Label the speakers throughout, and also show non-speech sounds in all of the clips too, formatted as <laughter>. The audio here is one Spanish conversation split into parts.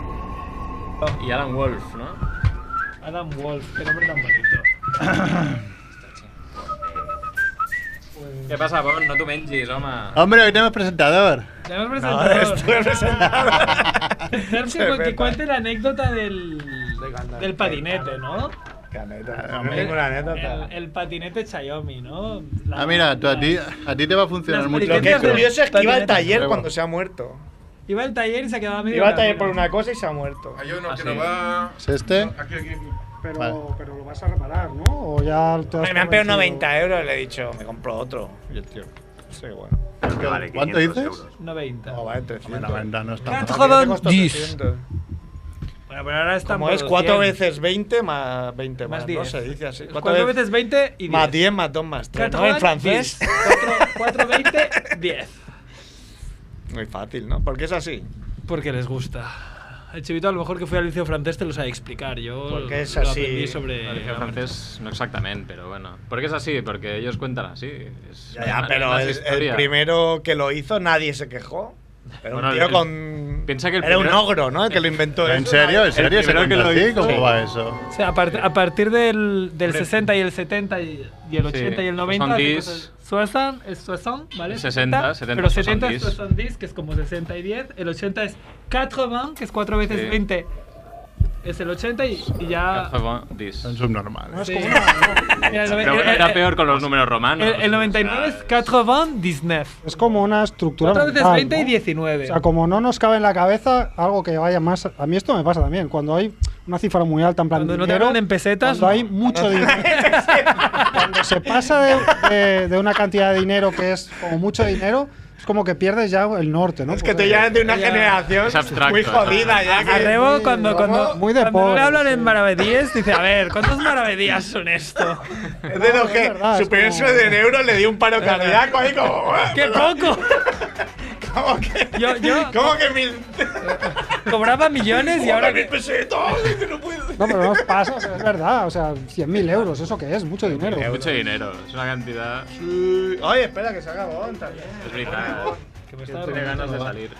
Speaker 1: Oh,
Speaker 2: y Alan Wolf, ¿no?
Speaker 3: Adam Wolf, qué nombre tan bonito.
Speaker 1: Pues,
Speaker 2: ¿Qué pasa, Bon? No t'ho mengis, home.
Speaker 4: Hombre, hoy tenemos presentador.
Speaker 3: Ya hemos
Speaker 4: No,
Speaker 3: presentado.
Speaker 1: <laughs>
Speaker 4: eres tú el presentador.
Speaker 3: Hacer
Speaker 4: Se
Speaker 3: que, cu-
Speaker 4: me
Speaker 3: que
Speaker 4: va.
Speaker 3: cuente la anécdota del,
Speaker 1: De Gandalf.
Speaker 3: del patinete, ¿no?
Speaker 1: Qué anécdota,
Speaker 4: Ah,
Speaker 1: no
Speaker 4: hombre.
Speaker 1: tengo una anécdota.
Speaker 3: El, el patinete Xiaomi, ¿no? La-
Speaker 4: Ah, mira, tú a
Speaker 3: la-
Speaker 4: ti, a ti te va a funcionar
Speaker 3: Las
Speaker 4: mucho.
Speaker 1: Lo que es
Speaker 3: Patinetas,
Speaker 1: curioso es que iba al
Speaker 3: patinetas.
Speaker 1: taller
Speaker 4: Luego.
Speaker 1: cuando se ha muerto.
Speaker 3: Iba al taller y se ha quedado medio.
Speaker 1: Iba al taller
Speaker 3: camino.
Speaker 1: por una cosa y se ha muerto.
Speaker 5: Hay uno
Speaker 2: Ah,
Speaker 5: que
Speaker 2: sí.
Speaker 5: no va.
Speaker 4: ¿Es este?
Speaker 5: Aquí, aquí, aquí.
Speaker 6: Pero,
Speaker 4: Vale.
Speaker 6: pero lo vas a reparar, ¿no? O Oh, ya te has
Speaker 1: Me han pegado
Speaker 6: convencido.
Speaker 1: 90 euros y le he dicho, me compro otro. Y el tío, sí, bueno.
Speaker 7: Vale, 500
Speaker 4: ¿Cuánto dices?
Speaker 7: euros.
Speaker 3: 90.
Speaker 1: No, vale, 300.
Speaker 4: La venta no está
Speaker 3: Ah,
Speaker 4: mal.
Speaker 3: joder.
Speaker 1: Aquí te costó
Speaker 3: 10.
Speaker 1: 300.
Speaker 3: Bueno, pero ahora está
Speaker 1: Como
Speaker 3: por
Speaker 1: es 4
Speaker 3: 100.
Speaker 1: veces 20 más 20
Speaker 3: Más
Speaker 1: más,
Speaker 3: 10.
Speaker 1: no se dice así.
Speaker 3: Cuatro veces 20 y 10.
Speaker 1: Más 10, más 2, más 3.
Speaker 3: Cuatro
Speaker 1: ¿No? En
Speaker 3: horas,
Speaker 1: francés.
Speaker 3: 10. Cuatro- cuatro 20, 10.
Speaker 1: <laughs> Muy fácil, ¿no? Porque es así.
Speaker 3: Porque les gusta. El chivito, a lo mejor que fui al liceo francés, te lo sabe explicar. Yo
Speaker 1: Porque es
Speaker 3: lo
Speaker 1: así.
Speaker 3: aprendí sobre.
Speaker 2: El liceo francés, no exactamente, pero bueno. Porque es así, porque ellos cuentan así. Es
Speaker 1: Ya,
Speaker 2: una-
Speaker 1: ya, pero
Speaker 2: una
Speaker 1: el, el
Speaker 2: historia.
Speaker 1: primero que lo hizo nadie se quejó. Era
Speaker 2: Bueno,
Speaker 1: un tío
Speaker 2: el-
Speaker 1: con.
Speaker 2: piensa que el
Speaker 1: Era un
Speaker 2: primero-
Speaker 1: ogro, ¿no? El que lo inventó.
Speaker 4: ¿En
Speaker 1: eso.
Speaker 4: serio? ¿En serio? ¿Se
Speaker 2: primero que
Speaker 4: cuenta
Speaker 2: lo
Speaker 4: así?
Speaker 2: hizo.
Speaker 4: ¿Cómo
Speaker 2: Sí.
Speaker 4: va eso?
Speaker 3: O sea, a, part- a partir del, del
Speaker 2: Hombre.
Speaker 3: 60 y el 70 y, y el 80 y el
Speaker 2: son
Speaker 3: 90. son
Speaker 2: dis.
Speaker 3: cosas- Soixante es soixante, ¿vale?
Speaker 2: 60, 70
Speaker 3: Pero
Speaker 2: son
Speaker 3: 70 es
Speaker 2: dis.
Speaker 3: 70, que es como 60 y 10. El 80 es 80, que es 4 veces
Speaker 2: Sí.
Speaker 3: 20. Es el 80 y, y ya.
Speaker 2: Cazaba dis.
Speaker 4: Son subnormales.
Speaker 3: Sí.
Speaker 6: como una-
Speaker 3: Mira, el noven-
Speaker 2: Pero
Speaker 3: el-
Speaker 2: era
Speaker 3: el-
Speaker 2: peor con los números romanos.
Speaker 3: El, el 99 es 99.
Speaker 6: Es como una estructura.
Speaker 3: 4 veces
Speaker 6: mental,
Speaker 3: 20 y
Speaker 6: ¿no?
Speaker 3: 19.
Speaker 6: O sea, como no nos cabe en la cabeza algo que vaya más. A mí esto me pasa también. Cuando hay una cifra muy alta en plan.
Speaker 3: Cuando no te
Speaker 6: dinero,
Speaker 3: hablan en pesetas,
Speaker 6: Cuando hay
Speaker 3: <laughs>
Speaker 6: mucho dinero. cuando se pasa de, de- de una cantidad de dinero que es como mucho dinero, es como que pierdes ya el norte, ¿no?
Speaker 1: Es que
Speaker 6: Porque-
Speaker 1: tú ya eres de una
Speaker 3: Ya.
Speaker 1: generación
Speaker 2: Es abstracto,
Speaker 1: muy jodida ya. que-
Speaker 3: Arrebo cuando,
Speaker 6: ¿cómo?
Speaker 3: cuando,
Speaker 6: Muy de
Speaker 3: cuando no le
Speaker 6: pobre,
Speaker 3: hablan
Speaker 6: sí.
Speaker 3: en maravedíes, dice, a ver, ¿cuántos maravedías son esto?
Speaker 1: Es de los
Speaker 6: es
Speaker 1: que
Speaker 6: verdad,
Speaker 1: su
Speaker 6: es
Speaker 1: primer
Speaker 6: como-
Speaker 1: sueldo en euros le dio un paro cardíaco ahí como.
Speaker 3: ¡Qué poco!
Speaker 1: ¿Cómo que?
Speaker 3: Yo- yo-
Speaker 1: ¿Cómo que mil.?
Speaker 3: Cobraba millones y ahora...
Speaker 1: mil
Speaker 3: que-
Speaker 1: pesetas? <laughs> que no puedo.
Speaker 6: No, pero no os pasa, o sea, es verdad. O sea, 100.000 euros, ¿eso qué es? Mucho dinero.
Speaker 2: Mucho dinero. Es una cantidad.
Speaker 1: Sí. Oye, espera, que se haga bon también.
Speaker 2: Es brutal. Tiene ganas de salir.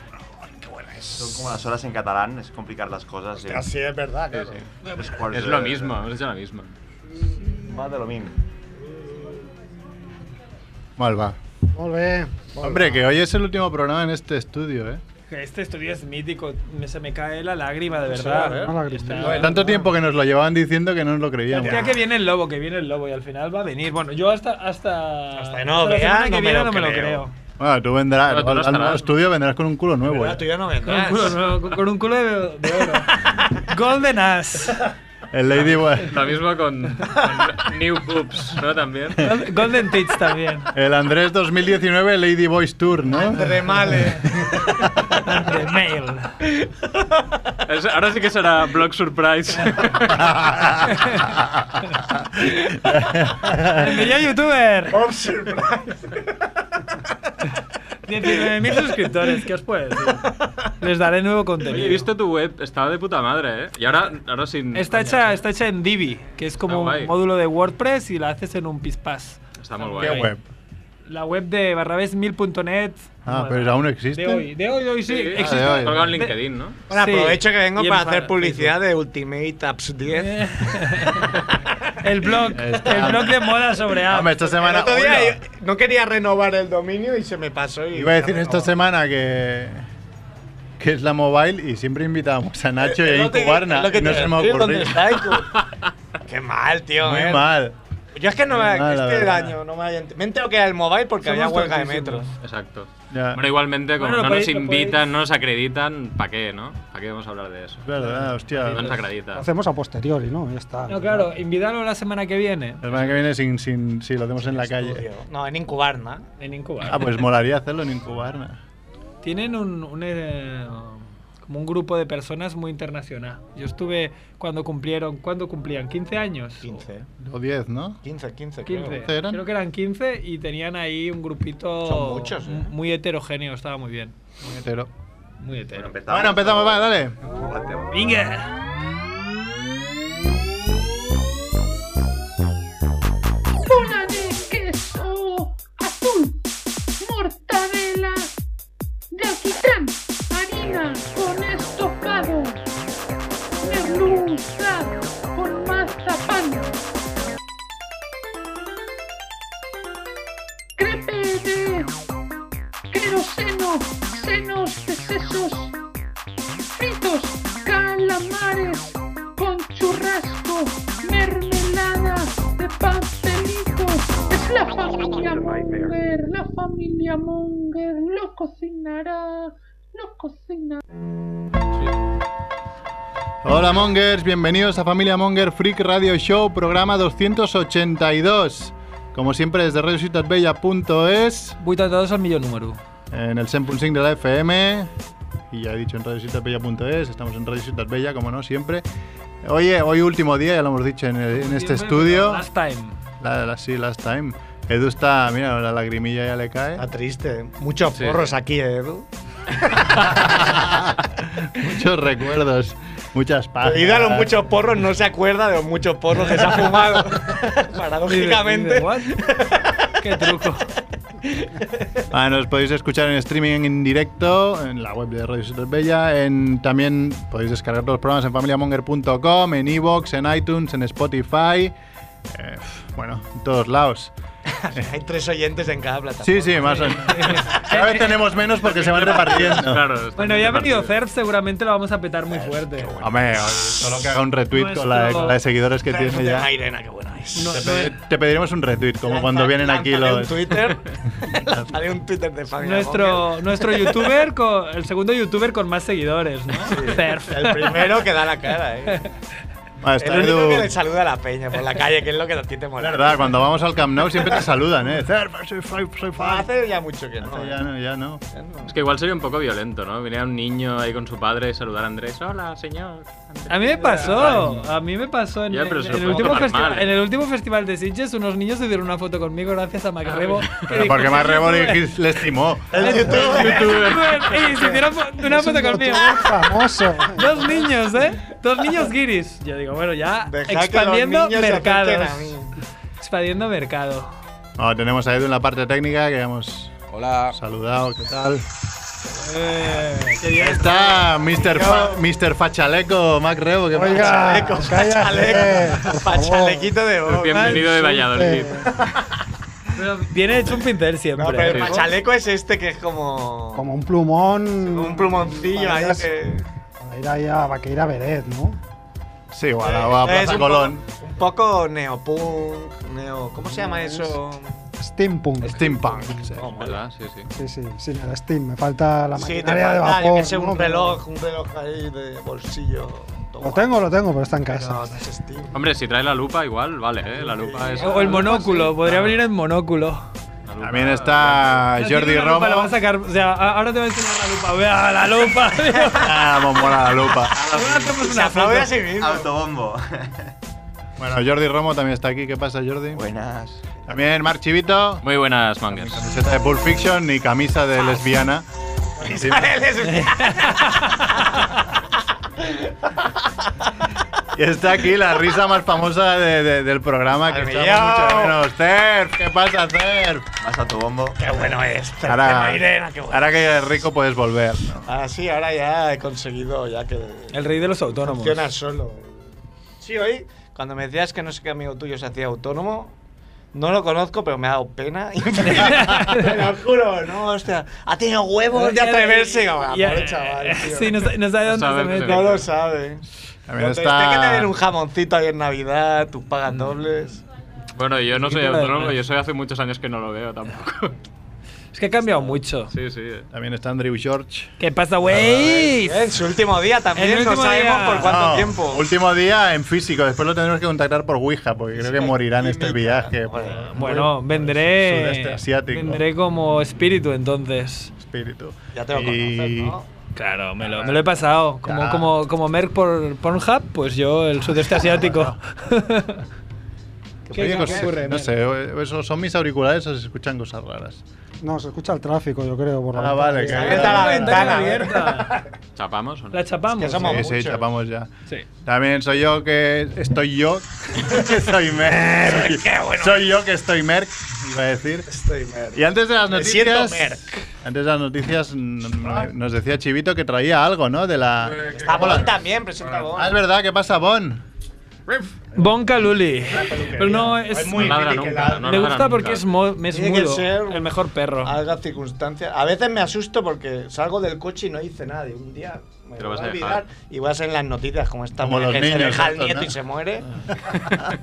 Speaker 7: Son como las horas en catalán, es complicar las cosas. eh.
Speaker 1: Así es verdad, claro.
Speaker 2: Sí,
Speaker 7: Tres quarts
Speaker 2: Es
Speaker 7: de-
Speaker 2: lo mismo, hemos hecho lo mismo.
Speaker 7: Más de lo mismo.
Speaker 4: Mal va.
Speaker 6: Molt bé.
Speaker 4: Hombre, que hoy es el último programa en este estudio, ¿eh?
Speaker 3: Este estudio es mítico, me- se me cae la lágrima, de
Speaker 1: Sí, a
Speaker 3: verdad.
Speaker 1: ver.
Speaker 6: Una lágrima.
Speaker 3: Está-
Speaker 1: Bueno.
Speaker 4: Tanto tiempo que nos lo llevaban diciendo que no nos lo
Speaker 3: El
Speaker 4: creíamos.
Speaker 3: día que viene el lobo, que viene el lobo y al final va a venir. Bueno, yo hasta... Hasta,
Speaker 1: Hasta que no
Speaker 3: la
Speaker 1: vea,
Speaker 3: semana que
Speaker 1: no me
Speaker 3: viene
Speaker 1: lo
Speaker 3: no me lo
Speaker 1: creo.
Speaker 3: creo.
Speaker 4: Bueno, tú vendrás
Speaker 2: Pero tú no
Speaker 4: al, al nuevo
Speaker 2: estarás.
Speaker 4: estudio, vendrás con un culo nuevo.
Speaker 1: Verdad,
Speaker 4: ¿eh?
Speaker 1: tú ya no
Speaker 3: Con un
Speaker 1: vendrás.
Speaker 3: culo, nuevo, con- con un culo de, de oro. <laughs> Golden Ass.
Speaker 4: El Lady
Speaker 2: Lo mismo con, con New Boobs, ¿no? También.
Speaker 3: Gol- Golden Tits <laughs> también.
Speaker 4: El Andrés 2019 Lady Boys Tour, ¿no?
Speaker 1: Remale.
Speaker 3: De
Speaker 1: <laughs>
Speaker 3: mail.
Speaker 2: Es- ahora sí que será Blog Surprise.
Speaker 3: El millón youtuber.
Speaker 1: Bob Surprise.
Speaker 3: 19.000 suscriptores, ¿qué os puede decir? Les daré nuevo contenido.
Speaker 2: Oye, he visto tu web, estaba de puta madre, ¿eh? Y ahora, ahora sin.
Speaker 3: Está hecha, está hecha en Divi, que es
Speaker 2: Ah,
Speaker 3: como
Speaker 2: guay.
Speaker 3: un módulo de WordPress y la haces en un pispas.
Speaker 2: Está muy
Speaker 4: ¿Qué
Speaker 2: guay.
Speaker 4: web?
Speaker 3: La web de barrabés1000.net.
Speaker 4: Ah,
Speaker 3: bueno,
Speaker 4: pero aún
Speaker 3: de
Speaker 4: existe.
Speaker 3: hoy, de hoy, de hoy sí.
Speaker 2: Sí,
Speaker 3: existe.
Speaker 4: de hoy.
Speaker 2: colgado en LinkedIn, ¿no?
Speaker 1: Bueno,
Speaker 3: Sí,
Speaker 1: aprovecho que vengo
Speaker 3: y en
Speaker 1: para
Speaker 3: fa- Eh.
Speaker 1: hacer publicidad de Ultimate Apps 10.
Speaker 3: <laughs> el blog,
Speaker 4: Está- Ah,
Speaker 3: el blog de moda sobre
Speaker 4: Hombre,
Speaker 3: apps.
Speaker 4: esta
Speaker 1: El
Speaker 4: semana.
Speaker 1: otro día
Speaker 4: Hola.
Speaker 1: yo no quería renovar el dominio y se me pasó. Y
Speaker 4: Iba a decir
Speaker 1: ya
Speaker 4: esta
Speaker 1: renovaba.
Speaker 4: semana que. que es la mobile y siempre invitábamos a Nacho y
Speaker 1: El
Speaker 4: a
Speaker 1: otro día-
Speaker 4: Incubarna.
Speaker 1: es lo que
Speaker 4: y No
Speaker 1: te
Speaker 4: se me
Speaker 1: iba a
Speaker 4: ha
Speaker 1: decir, ¿dónde
Speaker 4: ocurrido.
Speaker 1: está Incu? <laughs> Qué mal, tío. eh.
Speaker 4: Muy mal.
Speaker 1: Yo es que no
Speaker 4: Muy
Speaker 1: me,
Speaker 4: mal, la
Speaker 1: este
Speaker 4: verdad.
Speaker 1: año no me había ent- Me he enterado que era el mobile porque
Speaker 3: Somos
Speaker 1: había huelga de
Speaker 3: tontísimos.
Speaker 1: metro.
Speaker 2: Exacto.
Speaker 4: Ya.
Speaker 2: Bueno, igualmente, como
Speaker 3: Bueno, lo
Speaker 2: no
Speaker 3: podéis-
Speaker 2: nos
Speaker 3: lo
Speaker 2: invitan,
Speaker 3: podéis-
Speaker 2: no nos acreditan, ¿para qué, no? ¿Para qué vamos a hablar de eso?
Speaker 4: Es verdad, hostia.
Speaker 2: No nos
Speaker 4: La
Speaker 2: acreditan.
Speaker 6: Lo hacemos a posteriori, ¿no? Ya está.
Speaker 3: No, claro, invítalo la semana que viene
Speaker 4: semana que viene sin, sin, sí, lo hacemos en la calle.
Speaker 1: Estudio. No, en Incubarna.
Speaker 3: en Incubar.
Speaker 4: Ah, pues molaría hacerlo en Incubarna.
Speaker 3: Tienen un, un, eh, como un grupo de personas muy internacional. Yo estuve cuando cumplieron, ¿cuándo cumplían? ¿15 años?
Speaker 1: 15.
Speaker 4: O 10, ¿no?
Speaker 1: 15, 15.
Speaker 3: 15.
Speaker 4: ¿Quince eran?
Speaker 3: Creo que eran 15 y tenían ahí un grupito
Speaker 1: Son muchos, ¿eh?
Speaker 3: muy heterogéneo, estaba muy bien.
Speaker 4: Pero-
Speaker 3: Muy
Speaker 7: Bueno,
Speaker 3: hetero.
Speaker 7: empezamos.
Speaker 4: Bueno, empezamos, va, dale.
Speaker 7: Aguantemos.
Speaker 3: ¡Venga!
Speaker 8: bola de queso azul, mortadela de alquitrán, harina con estofado, me flan con mazapán. Crepe de queroseno, senos de sesos, fritos, calamares con churrasco, mermelada de pastelito. Es la familia Munger, la familia Munger lo cocinará, lo cocinará.
Speaker 4: Hola Mongers, bienvenidos a Familia Monger Freak Radio Show, programa 282. Como siempre desde radiociutatbella.es,
Speaker 3: 82 al millón número.
Speaker 4: en el 100.5 de la FM, y ya he dicho en radiociutatbella.es, estamos en Radio Ciutat Bella, como no, siempre. Oye, hoy último día, ya lo hemos dicho en, el- en este estudio.
Speaker 3: Last time.
Speaker 4: La, la- sí, last time. Edu está, mira, la lagrimilla ya le
Speaker 1: <laughs>
Speaker 4: cae. <laughs>
Speaker 1: Está triste. Muchos
Speaker 2: Sí.
Speaker 1: porros aquí, ¿eh, Edu.
Speaker 4: Muchos recuerdos, muchas páginas.
Speaker 1: Y de los muchos porros no se acuerda de los muchos porros que se
Speaker 4: <laughs>
Speaker 1: ha fumado. <laughs> Paradójicamente. <laughs>
Speaker 3: What? Qué truco.
Speaker 4: Ah, nos podéis escuchar en streaming en directo, en la web de Radio Ciutat Bella. En, también podéis descargar todos los programas en familiamonger.com, en iVoox, en iTunes, en Spotify. eh, bueno, en todos lados.
Speaker 1: Hay tres oyentes en cada plataforma.
Speaker 4: Sí, sí, más o menos.
Speaker 1: <laughs>
Speaker 4: Cada vez tenemos menos porque se van repartiendo.
Speaker 2: Claro, está
Speaker 3: Bueno, ya ha venido
Speaker 2: repartido.
Speaker 3: CERF, seguramente la vamos a petar muy fuerte.
Speaker 4: Hombre, solo que haga un retweet con la, con la de seguidores que tiene ya.
Speaker 1: Irena, qué buena es.
Speaker 3: No,
Speaker 4: Te
Speaker 3: no es-
Speaker 4: pedi- Te pediremos un retweet, como cuando vienen aquí
Speaker 1: Lánzale
Speaker 4: los... <laughs>
Speaker 1: Un Twitter. Lánzale un Twitter de familia.
Speaker 3: <laughs>
Speaker 1: Monger.
Speaker 3: nuestro, nuestro youtuber, con, el segundo youtuber con más seguidores, ¿no? CERF.
Speaker 1: El primero que da la cara, eh.
Speaker 4: Ah, está
Speaker 1: el único
Speaker 4: Edu.
Speaker 1: que le saluda a la peña por la calle, que es lo que a ti te
Speaker 4: Es
Speaker 1: mola.
Speaker 4: verdad, cuando vamos al Camp Nou siempre te saludan, ¿eh? Cerf, soy fan, soy fan.
Speaker 1: Hace ya mucho que no.
Speaker 4: Hace
Speaker 1: eh.
Speaker 4: Ya no, ya no.
Speaker 1: Ya no.
Speaker 2: Es que igual sería un poco violento, ¿no? Viniera un niño ahí con su padre y saludar a Andrés. Hola, señor. Andrés".
Speaker 3: A mí me pasó, a mí me pasó en,
Speaker 2: Ya, pero
Speaker 3: en-
Speaker 2: se
Speaker 3: en
Speaker 2: lo
Speaker 3: el,
Speaker 2: puedo
Speaker 3: último
Speaker 2: tomar
Speaker 3: festival,
Speaker 2: mal. ¿eh?
Speaker 3: en el último festival de Sitges unos niños se dieron una foto conmigo gracias
Speaker 1: Ah,
Speaker 3: a Macrebo.
Speaker 4: Pero
Speaker 3: pues
Speaker 4: porque más Rebo le, le estimó.
Speaker 1: El
Speaker 3: <laughs> Y se hicieron fo- una foto conmigo.
Speaker 6: famoso.
Speaker 3: Dos niños, ¿eh? Dos niños guiris. Yo digo, bueno, ya
Speaker 1: Dejad que los
Speaker 3: expandiendo
Speaker 1: niños se acerquen
Speaker 3: mercados.
Speaker 1: a mí.
Speaker 3: Expandiendo mercado.
Speaker 4: Bueno, tenemos a Edu en la parte técnica que ya hemos saludado. ¿Qué tal? Ahí está Mr. Fa- Mr. Fachaleco, Mac Rebo. ¿qué pasa?
Speaker 6: Oiga,
Speaker 4: Ah,
Speaker 1: Chaleco,
Speaker 6: cállate,
Speaker 1: chaleco.
Speaker 6: por favor.
Speaker 1: Chalequito de oro.
Speaker 2: Bienvenido de
Speaker 6: Eh,
Speaker 2: Valladolid.
Speaker 3: Pero viene hecho un pincel siempre. ¿eh?
Speaker 1: No, pero el
Speaker 2: Sí.
Speaker 1: machaleco es este que es como.
Speaker 6: Como un plumón.
Speaker 1: un plumoncillo ahí.
Speaker 6: Vayas-
Speaker 1: que-
Speaker 6: Para ir allá, para que ir a Beret, ¿no?
Speaker 4: Sí, igual, a
Speaker 1: Es
Speaker 4: Plaza
Speaker 1: un
Speaker 4: Colón.
Speaker 1: poco- un poco neopunk, neo. ¿Cómo se llama eso?
Speaker 6: Steampunk.
Speaker 3: Este-
Speaker 4: Steampunk. sí.
Speaker 1: Oh,
Speaker 2: ¿Verdad? Sí, sí.
Speaker 6: Sí, sí, sin el Steam. Me falta la
Speaker 1: Sí, te
Speaker 6: maquinaria de
Speaker 1: falta,
Speaker 6: vapor.
Speaker 1: yo que sé,
Speaker 6: ¿no?
Speaker 1: un
Speaker 6: Pero-
Speaker 1: reloj, un reloj ahí de bolsillo.
Speaker 6: Lo tengo, lo tengo, pero está en
Speaker 1: No,
Speaker 6: casa.
Speaker 1: no es Steam.
Speaker 2: Hombre, si trae la lupa, igual, vale, ¿eh? La lupa es.
Speaker 3: O el monóculo, podría venir en monóculo.
Speaker 2: La lupa-
Speaker 4: También está
Speaker 3: No,
Speaker 4: Jordi
Speaker 3: tiene una
Speaker 4: Romo.
Speaker 3: lupa, La va a sacar, o sea, a- ahora te voy a enseñar la lupa. Vea la lupa. <laughs>
Speaker 4: Ah, vamos, mola la lupa.
Speaker 3: Ahora hacemos
Speaker 1: Se
Speaker 3: una
Speaker 1: aplaude
Speaker 3: foto.
Speaker 1: a sí mismo.
Speaker 7: Autobombo.
Speaker 4: Bueno, Jordi Romo también está aquí. ¿Qué pasa, Jordi?
Speaker 7: Buenas.
Speaker 4: También Marc Chivito.
Speaker 2: Muy buenas, mangers.
Speaker 4: Camiseta de Pulp Fiction y camisa
Speaker 1: Ah.
Speaker 4: de lesbiana. Encima.
Speaker 1: Él es-
Speaker 4: <laughs> Y está aquí la risa más famosa de- de- del programa que
Speaker 1: Al
Speaker 4: echamos
Speaker 1: millón.
Speaker 4: mucho de menos. Cerf, ¿qué pasa, Cerf?
Speaker 7: Más autobombo.
Speaker 1: Qué bueno es.
Speaker 4: Ahora,
Speaker 1: Irena, qué bueno.
Speaker 4: ahora que eres rico puedes volver. ¿no?
Speaker 1: Ah, sí, ahora ya he conseguido, ya que
Speaker 3: El rey de los autónomos.
Speaker 1: funciona solo. Sí, hoy, cuando me decías que no sé qué amigo tuyo se hacía autónomo, no lo conozco, pero me ha dado <laughs> pena. Te lo juro, no, hostia. Ha tenido huevos de atreverse. cabrón,
Speaker 3: Ya- <laughs>
Speaker 1: pobre chaval, tío.
Speaker 3: Sí, no, sa- no sabe
Speaker 2: No sabe
Speaker 3: dónde se
Speaker 2: dónde
Speaker 3: mete.
Speaker 2: se
Speaker 1: No lo sabe.
Speaker 4: También
Speaker 1: Pero te- Te que tener
Speaker 4: está.
Speaker 1: un jamoncito ahí en Navidad, tus pagas
Speaker 3: Mm.
Speaker 1: dobles.
Speaker 2: Bueno, yo no soy
Speaker 3: Chiquito la de
Speaker 2: autónomo,
Speaker 3: Andrés.
Speaker 2: yo soy hace muchos años que no lo veo tampoco. <laughs>
Speaker 3: Es que ha cambiado mucho.
Speaker 2: Sí, sí. eh.
Speaker 4: También está Andrew George.
Speaker 3: ¿Qué pasa, güey?
Speaker 1: eh, En su último día
Speaker 3: En
Speaker 1: también,
Speaker 3: el
Speaker 1: no
Speaker 3: último
Speaker 1: sabemos
Speaker 3: día.
Speaker 1: por cuánto
Speaker 4: No,
Speaker 1: tiempo.
Speaker 4: Último día en físico. Después lo tendremos que contactar por Ouija porque creo que morirá en este viaje. por-
Speaker 3: Bueno,
Speaker 4: Sudeste
Speaker 3: vendré.
Speaker 4: asiático.
Speaker 3: Vendré como espíritu entonces.
Speaker 4: espíritu.
Speaker 1: Ya te lo
Speaker 4: Y-
Speaker 1: conoces, ¿no?
Speaker 3: Claro, me lo, me lo he pasado. Como,
Speaker 4: Ya.
Speaker 3: como, como Merck por Pornhub, pues yo el sudeste
Speaker 1: <laughs>
Speaker 3: asiático.
Speaker 4: Oye,
Speaker 3: ¿Qué
Speaker 4: cos-
Speaker 3: ocurre,
Speaker 4: no sé, o- eso son mis auriculares o se escuchan cosas raras.
Speaker 6: No, se escucha el tráfico, yo creo. Por la
Speaker 4: Ah, vale, que-
Speaker 1: Abierta la ventana.
Speaker 3: abierta.
Speaker 2: ¿Chapamos o no?
Speaker 3: La chapamos.
Speaker 1: Es que somos-
Speaker 4: Sí, sí,
Speaker 1: muchos.
Speaker 4: chapamos ya.
Speaker 3: Sí.
Speaker 4: También soy <laughs>
Speaker 1: <laughs>
Speaker 4: yo que estoy yo. que soy Merck. soy yo que estoy Merck. iba a decir.
Speaker 1: Estoy mer.
Speaker 4: Y antes de las
Speaker 1: Me siento
Speaker 4: noticias.
Speaker 1: Merck.
Speaker 4: Antes de las noticias, n- n- nos decía Chivito que traía algo, ¿no? De la.
Speaker 1: Está Bon también, presenta Bon.
Speaker 4: Ah, es verdad, ¿qué pasa, Bon?
Speaker 3: Bonca Luli. Pero no es.
Speaker 2: No ladra nunca. no
Speaker 3: me
Speaker 2: ladra
Speaker 3: gusta porque
Speaker 2: nunca.
Speaker 3: es, mo- es
Speaker 1: Tiene que
Speaker 3: mudo.
Speaker 1: ser-
Speaker 3: El mejor perro. Ah,
Speaker 1: Haga circunstancias. A veces me asusto porque salgo del coche y no hice nada. Y un día me
Speaker 2: Te lo vas
Speaker 1: voy
Speaker 2: a
Speaker 1: a olvidar
Speaker 2: dejar.
Speaker 1: y vas en las noticias como esta
Speaker 4: Como
Speaker 1: mujer
Speaker 4: los
Speaker 1: que se
Speaker 4: niños
Speaker 1: deja al
Speaker 4: estos,
Speaker 1: nieto
Speaker 4: ¿no? Ah.
Speaker 1: y se muere. <laughs>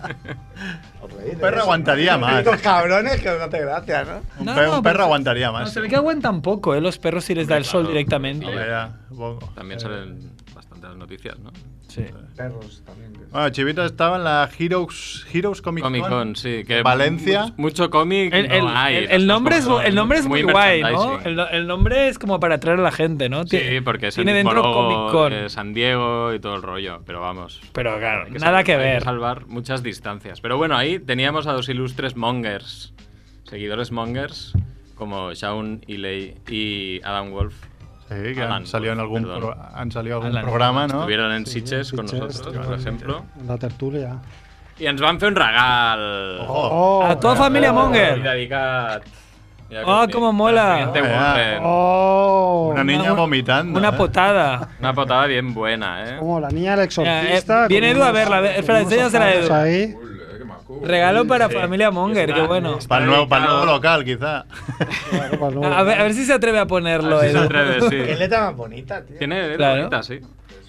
Speaker 1: Os reís de
Speaker 4: Un perro
Speaker 1: eso,
Speaker 4: aguantaría
Speaker 1: ¿no?
Speaker 4: más. ¿eh?
Speaker 1: Estos cabrones que os hace gracia, ¿no?
Speaker 4: Un,
Speaker 3: No,
Speaker 4: pe- un
Speaker 3: no,
Speaker 4: perro
Speaker 3: pero-
Speaker 4: aguantaría
Speaker 3: No,
Speaker 4: más.
Speaker 3: se ve que aguantan poco, ¿eh? Los perros si les da el sol
Speaker 2: Claro,
Speaker 3: directamente.
Speaker 2: sí.
Speaker 4: Hombre, ya, supongo.
Speaker 2: También salen bastantes noticias, ¿no?
Speaker 3: Sí.
Speaker 1: Perros también.
Speaker 4: Bueno, Chivito estaba en la Heroes, Heroes Comic Con.
Speaker 2: Comic Con, sí. Que
Speaker 4: Valencia.
Speaker 2: mu- Mucho cómic.
Speaker 3: El, el-
Speaker 2: no hay,
Speaker 3: el-
Speaker 2: las
Speaker 3: el
Speaker 2: cosas
Speaker 3: nombre es,
Speaker 2: como
Speaker 3: bu- el
Speaker 2: son,
Speaker 3: nombre es muy, guay, ¿no?
Speaker 2: merchandising.
Speaker 3: El, el nombre es como para atraer a la gente, ¿no?
Speaker 2: Sí,
Speaker 3: Tie-
Speaker 2: porque es el
Speaker 3: tiene
Speaker 2: mismo
Speaker 3: dentro
Speaker 2: logo
Speaker 3: Comic Con.
Speaker 2: de San Diego y todo el rollo, pero vamos.
Speaker 3: Pero claro,
Speaker 2: hay que
Speaker 3: nada
Speaker 2: sal-
Speaker 3: que
Speaker 2: hay
Speaker 3: ver.
Speaker 2: salvar muchas distancias. Pero bueno, ahí teníamos a dos ilustres mongers, seguidores mongers, como Shaun Ilay y Adam Wolf.
Speaker 4: Sí, que
Speaker 2: Alan, pues,
Speaker 4: han salido en algún,
Speaker 2: perdón.
Speaker 4: pro- han salido algún
Speaker 3: Alan.
Speaker 4: programa, ¿no?
Speaker 2: Estuvieron en Sitges con
Speaker 6: Sitges,
Speaker 2: nosotros, por
Speaker 6: estuvieron en
Speaker 2: ejemplo.
Speaker 6: La tertulia.
Speaker 2: I ens van fer un regal.
Speaker 4: Oh.
Speaker 3: A toda familia
Speaker 2: I
Speaker 3: Monger.
Speaker 2: dedicat... Mira
Speaker 3: Oh,
Speaker 2: com-
Speaker 3: cómo mola.
Speaker 2: Te
Speaker 4: Ah.
Speaker 2: murren.
Speaker 6: Oh.
Speaker 4: Una niña
Speaker 3: Una-
Speaker 4: vomitando.
Speaker 3: Una
Speaker 4: ¿eh?
Speaker 3: potada.
Speaker 2: Una patada bien buena, ¿eh?
Speaker 6: Como la niña del exorcista.
Speaker 3: Ya, eh, viene
Speaker 6: con
Speaker 3: Edu a
Speaker 6: unos-
Speaker 3: verla, a ver,
Speaker 6: con
Speaker 3: espera,
Speaker 6: unos
Speaker 3: enséñasela a Edu.
Speaker 6: ojazos Ahí.
Speaker 2: Uh,
Speaker 3: Regalo para familia Monger,
Speaker 2: Está-
Speaker 3: qué bueno.
Speaker 2: está
Speaker 4: Para el, nuevo, para el
Speaker 2: dedicado-
Speaker 4: nuevo local, quizá.
Speaker 2: <laughs>
Speaker 6: Claro, para luego.
Speaker 3: A ver, a ver si se atreve a ponerlo,
Speaker 2: A ver si se
Speaker 3: Edu.
Speaker 2: atreve, sí.
Speaker 1: Qué letra más bonita, tío.
Speaker 2: Tiene es
Speaker 3: Claro.
Speaker 2: bonita, sí.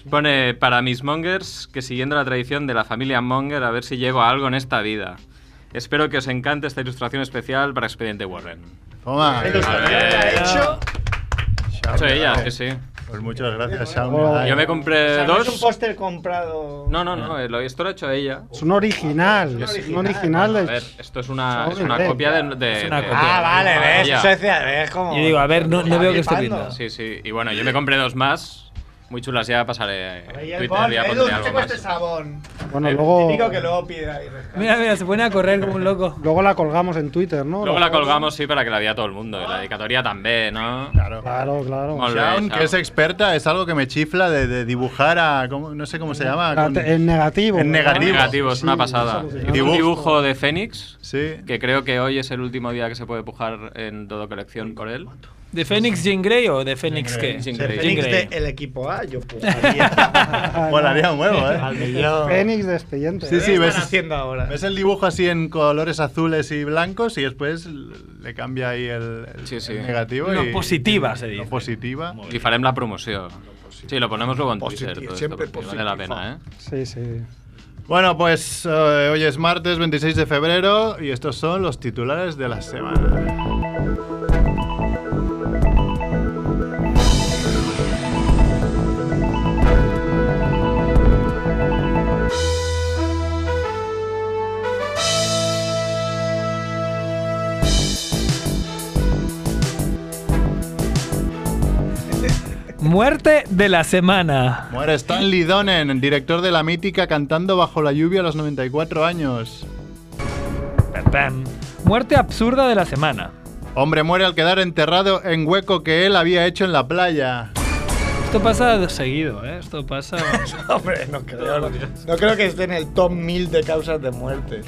Speaker 2: Pone para mis mongers que siguiendo la tradición de la familia Monger a ver si llego a algo en esta vida. Espero que os encante esta ilustración especial para Expediente Warren.
Speaker 4: Toma.
Speaker 1: Ha hecho.
Speaker 2: Eso ella, sí, sí.
Speaker 4: Pues muchas gracias, Shaun.
Speaker 6: Oh.
Speaker 2: Yo me
Speaker 1: o
Speaker 2: compré
Speaker 1: sea, no es un
Speaker 2: Eh, dos.
Speaker 1: póster comprado.
Speaker 2: No, no, no, eh, lo- esto lo ha hecho ella.
Speaker 6: Es un original.
Speaker 2: Sí,
Speaker 6: Es
Speaker 2: sí.
Speaker 6: un original
Speaker 2: A
Speaker 6: de.
Speaker 2: ver, esto es una, es
Speaker 6: Sobre
Speaker 2: una
Speaker 6: ella.
Speaker 2: copia de. de-
Speaker 3: Es una
Speaker 2: de-
Speaker 3: copia.
Speaker 1: Ah, vale,
Speaker 2: de
Speaker 1: ves.
Speaker 2: ella.
Speaker 1: Eso decía, ves como.
Speaker 3: Yo digo, a ver, no- no veo que esté
Speaker 1: Flipando.
Speaker 3: pintado.
Speaker 2: Sí, sí. Y bueno, yo me compré dos más. Muy chulas, ya pasaré. en
Speaker 1: Ahí el
Speaker 2: Twitter,
Speaker 1: bol,
Speaker 2: ya
Speaker 1: Edu,
Speaker 2: pondré
Speaker 1: no te
Speaker 2: algo
Speaker 1: cueste
Speaker 2: más.
Speaker 1: sabón.
Speaker 6: Bueno,
Speaker 2: Eh,
Speaker 3: Oh.
Speaker 6: luego.
Speaker 1: Típico que luego pida y
Speaker 3: <laughs>
Speaker 1: rescata.
Speaker 3: Mira, mira, se pone a correr como un loco.
Speaker 6: Luego la colgamos en Twitter, ¿no?
Speaker 2: Luego la colgamos, sí, para que la viera todo el mundo. Y la dedicatoria también, ¿no?
Speaker 4: Claro.
Speaker 6: Claro, claro.
Speaker 2: Mol-
Speaker 4: Shaun, que es experta, es algo que me chifla de, de dibujar a. ¿cómo? No sé cómo se
Speaker 3: Ah,
Speaker 4: llama.
Speaker 6: La-
Speaker 4: con-
Speaker 6: En negativo.
Speaker 4: En
Speaker 6: ¿verdad?
Speaker 2: Negativo,
Speaker 4: Negativo.
Speaker 2: es una
Speaker 6: Sí,
Speaker 2: pasada.
Speaker 6: es
Speaker 2: Hice
Speaker 6: alucinante.
Speaker 2: un
Speaker 4: Dibujo.
Speaker 2: dibujo de Fénix,
Speaker 4: Sí.
Speaker 2: que creo que hoy es el último día que se puede pujar en todo colección con él.
Speaker 3: ¿De Fénix Jean Grey o de Fénix qué?
Speaker 2: Jean
Speaker 3: Jean
Speaker 2: Grey.
Speaker 1: Fénix
Speaker 3: Grey.
Speaker 1: de este, el equipo A,
Speaker 3: <laughs>
Speaker 1: yo pujaría.
Speaker 4: Molaría un huevo, ¿eh?
Speaker 1: Al millón.
Speaker 6: Ah, Fénix de expediente.
Speaker 4: Sí, sí,
Speaker 1: ¿Qué
Speaker 4: ves-
Speaker 1: están haciendo ahora?
Speaker 4: Ves el dibujo así en colores azules y blancos y después le cambia ahí el, el-
Speaker 2: Sí, sí.
Speaker 4: el negativo.
Speaker 3: Lo
Speaker 4: y-
Speaker 3: positiva, se dice.
Speaker 4: Lo positiva.
Speaker 2: Li farem la promoció. Sí, lo ponemos luego en
Speaker 1: Positiu,
Speaker 2: Twitter. todo
Speaker 1: siempre
Speaker 2: esto, porque Vale la pena, ¿eh?
Speaker 4: <laughs>
Speaker 6: Sí, sí.
Speaker 4: Bueno, pues eh, hoy es martes 26 de febrero y estos son los titulares de la semana.
Speaker 3: Muerte de la semana.
Speaker 4: Muere Stanley Donen, director de La Mítica, cantando bajo la lluvia a los 94 años.
Speaker 3: Pam, pam. Muerte absurda de la semana.
Speaker 4: Hombre muere al quedar enterrado en hueco que él había hecho en la playa.
Speaker 3: Esto pasa de seguido, ¿eh? Esto pasa.
Speaker 1: <laughs> Hombre, no creo, no, creo que esté en el top 1000 de causas de muerte.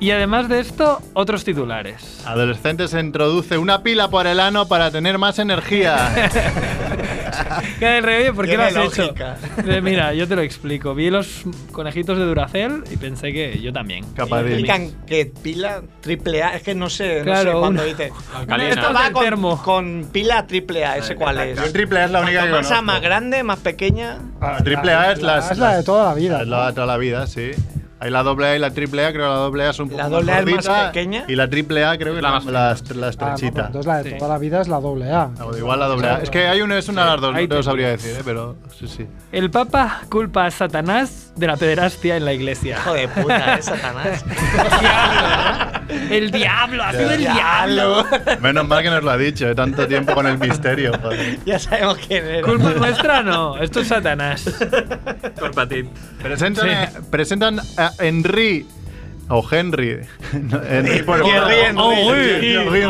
Speaker 3: Y además de esto,
Speaker 4: <laughs>
Speaker 3: otros titulares.
Speaker 4: Adolescente se introduce una pila por el ano para tener más energía.
Speaker 3: ¿Qué del rey? ¿Por qué lo
Speaker 1: Tiene
Speaker 3: has
Speaker 1: lógica.
Speaker 3: hecho? Eh, Mira, yo te lo explico. Vi los conejitos de Duracell y pensé que yo también.
Speaker 4: Capadín.
Speaker 1: Explican que pila triple A, es que no sé, no sé
Speaker 3: Claro,
Speaker 1: cuándo
Speaker 3: una-
Speaker 1: dice.
Speaker 2: Una de
Speaker 1: Esto
Speaker 2: estas
Speaker 1: va
Speaker 3: del termo.
Speaker 1: con, con pila triple A, ese cuál es.
Speaker 4: Yo en triple A es la única que
Speaker 1: Cuanto más,
Speaker 4: conozco.
Speaker 1: más grande, más pequeña.
Speaker 4: Ah, triple A es las-
Speaker 6: Es la de toda la vida. Ah,
Speaker 4: Es la de toda la vida, sí. Hay la doble A y la triple A, creo que la doble A es un poco
Speaker 1: La doble A es más
Speaker 4: gordita,
Speaker 1: pequeña.
Speaker 4: Y la triple A creo que es
Speaker 2: La
Speaker 4: la,
Speaker 2: más
Speaker 4: la est- la
Speaker 6: Ah, no,
Speaker 4: estrechita.
Speaker 6: pero entonces la de
Speaker 3: Sí.
Speaker 6: toda la vida es la doble A.
Speaker 4: No, Ah, igual la doble A. Es que hay uno, es una de las dos,
Speaker 3: ahí
Speaker 4: no te lo
Speaker 3: te-
Speaker 4: sabría decir, ¿eh? pero sí,
Speaker 6: <laughs>
Speaker 4: sí.
Speaker 3: El Papa culpa a Satanás de la pederastia en la iglesia.
Speaker 1: Hijo de puta, es Satanás.
Speaker 3: <laughs> El diablo, ha sido el diablo.
Speaker 1: Diablo.
Speaker 4: Menos mal que nos lo ha dicho, ¿eh? tanto tiempo con el misterio. joder.
Speaker 1: <laughs> ya sabemos quién era.
Speaker 3: Culpa nuestra no, esto es Satanás.
Speaker 2: Corpatit.
Speaker 4: Presentan,
Speaker 3: Sí.
Speaker 4: a, presentan a Henry. O Henry. <laughs> No, Henry por Ah,
Speaker 1: Henry, Henry.
Speaker 3: ah, Henry,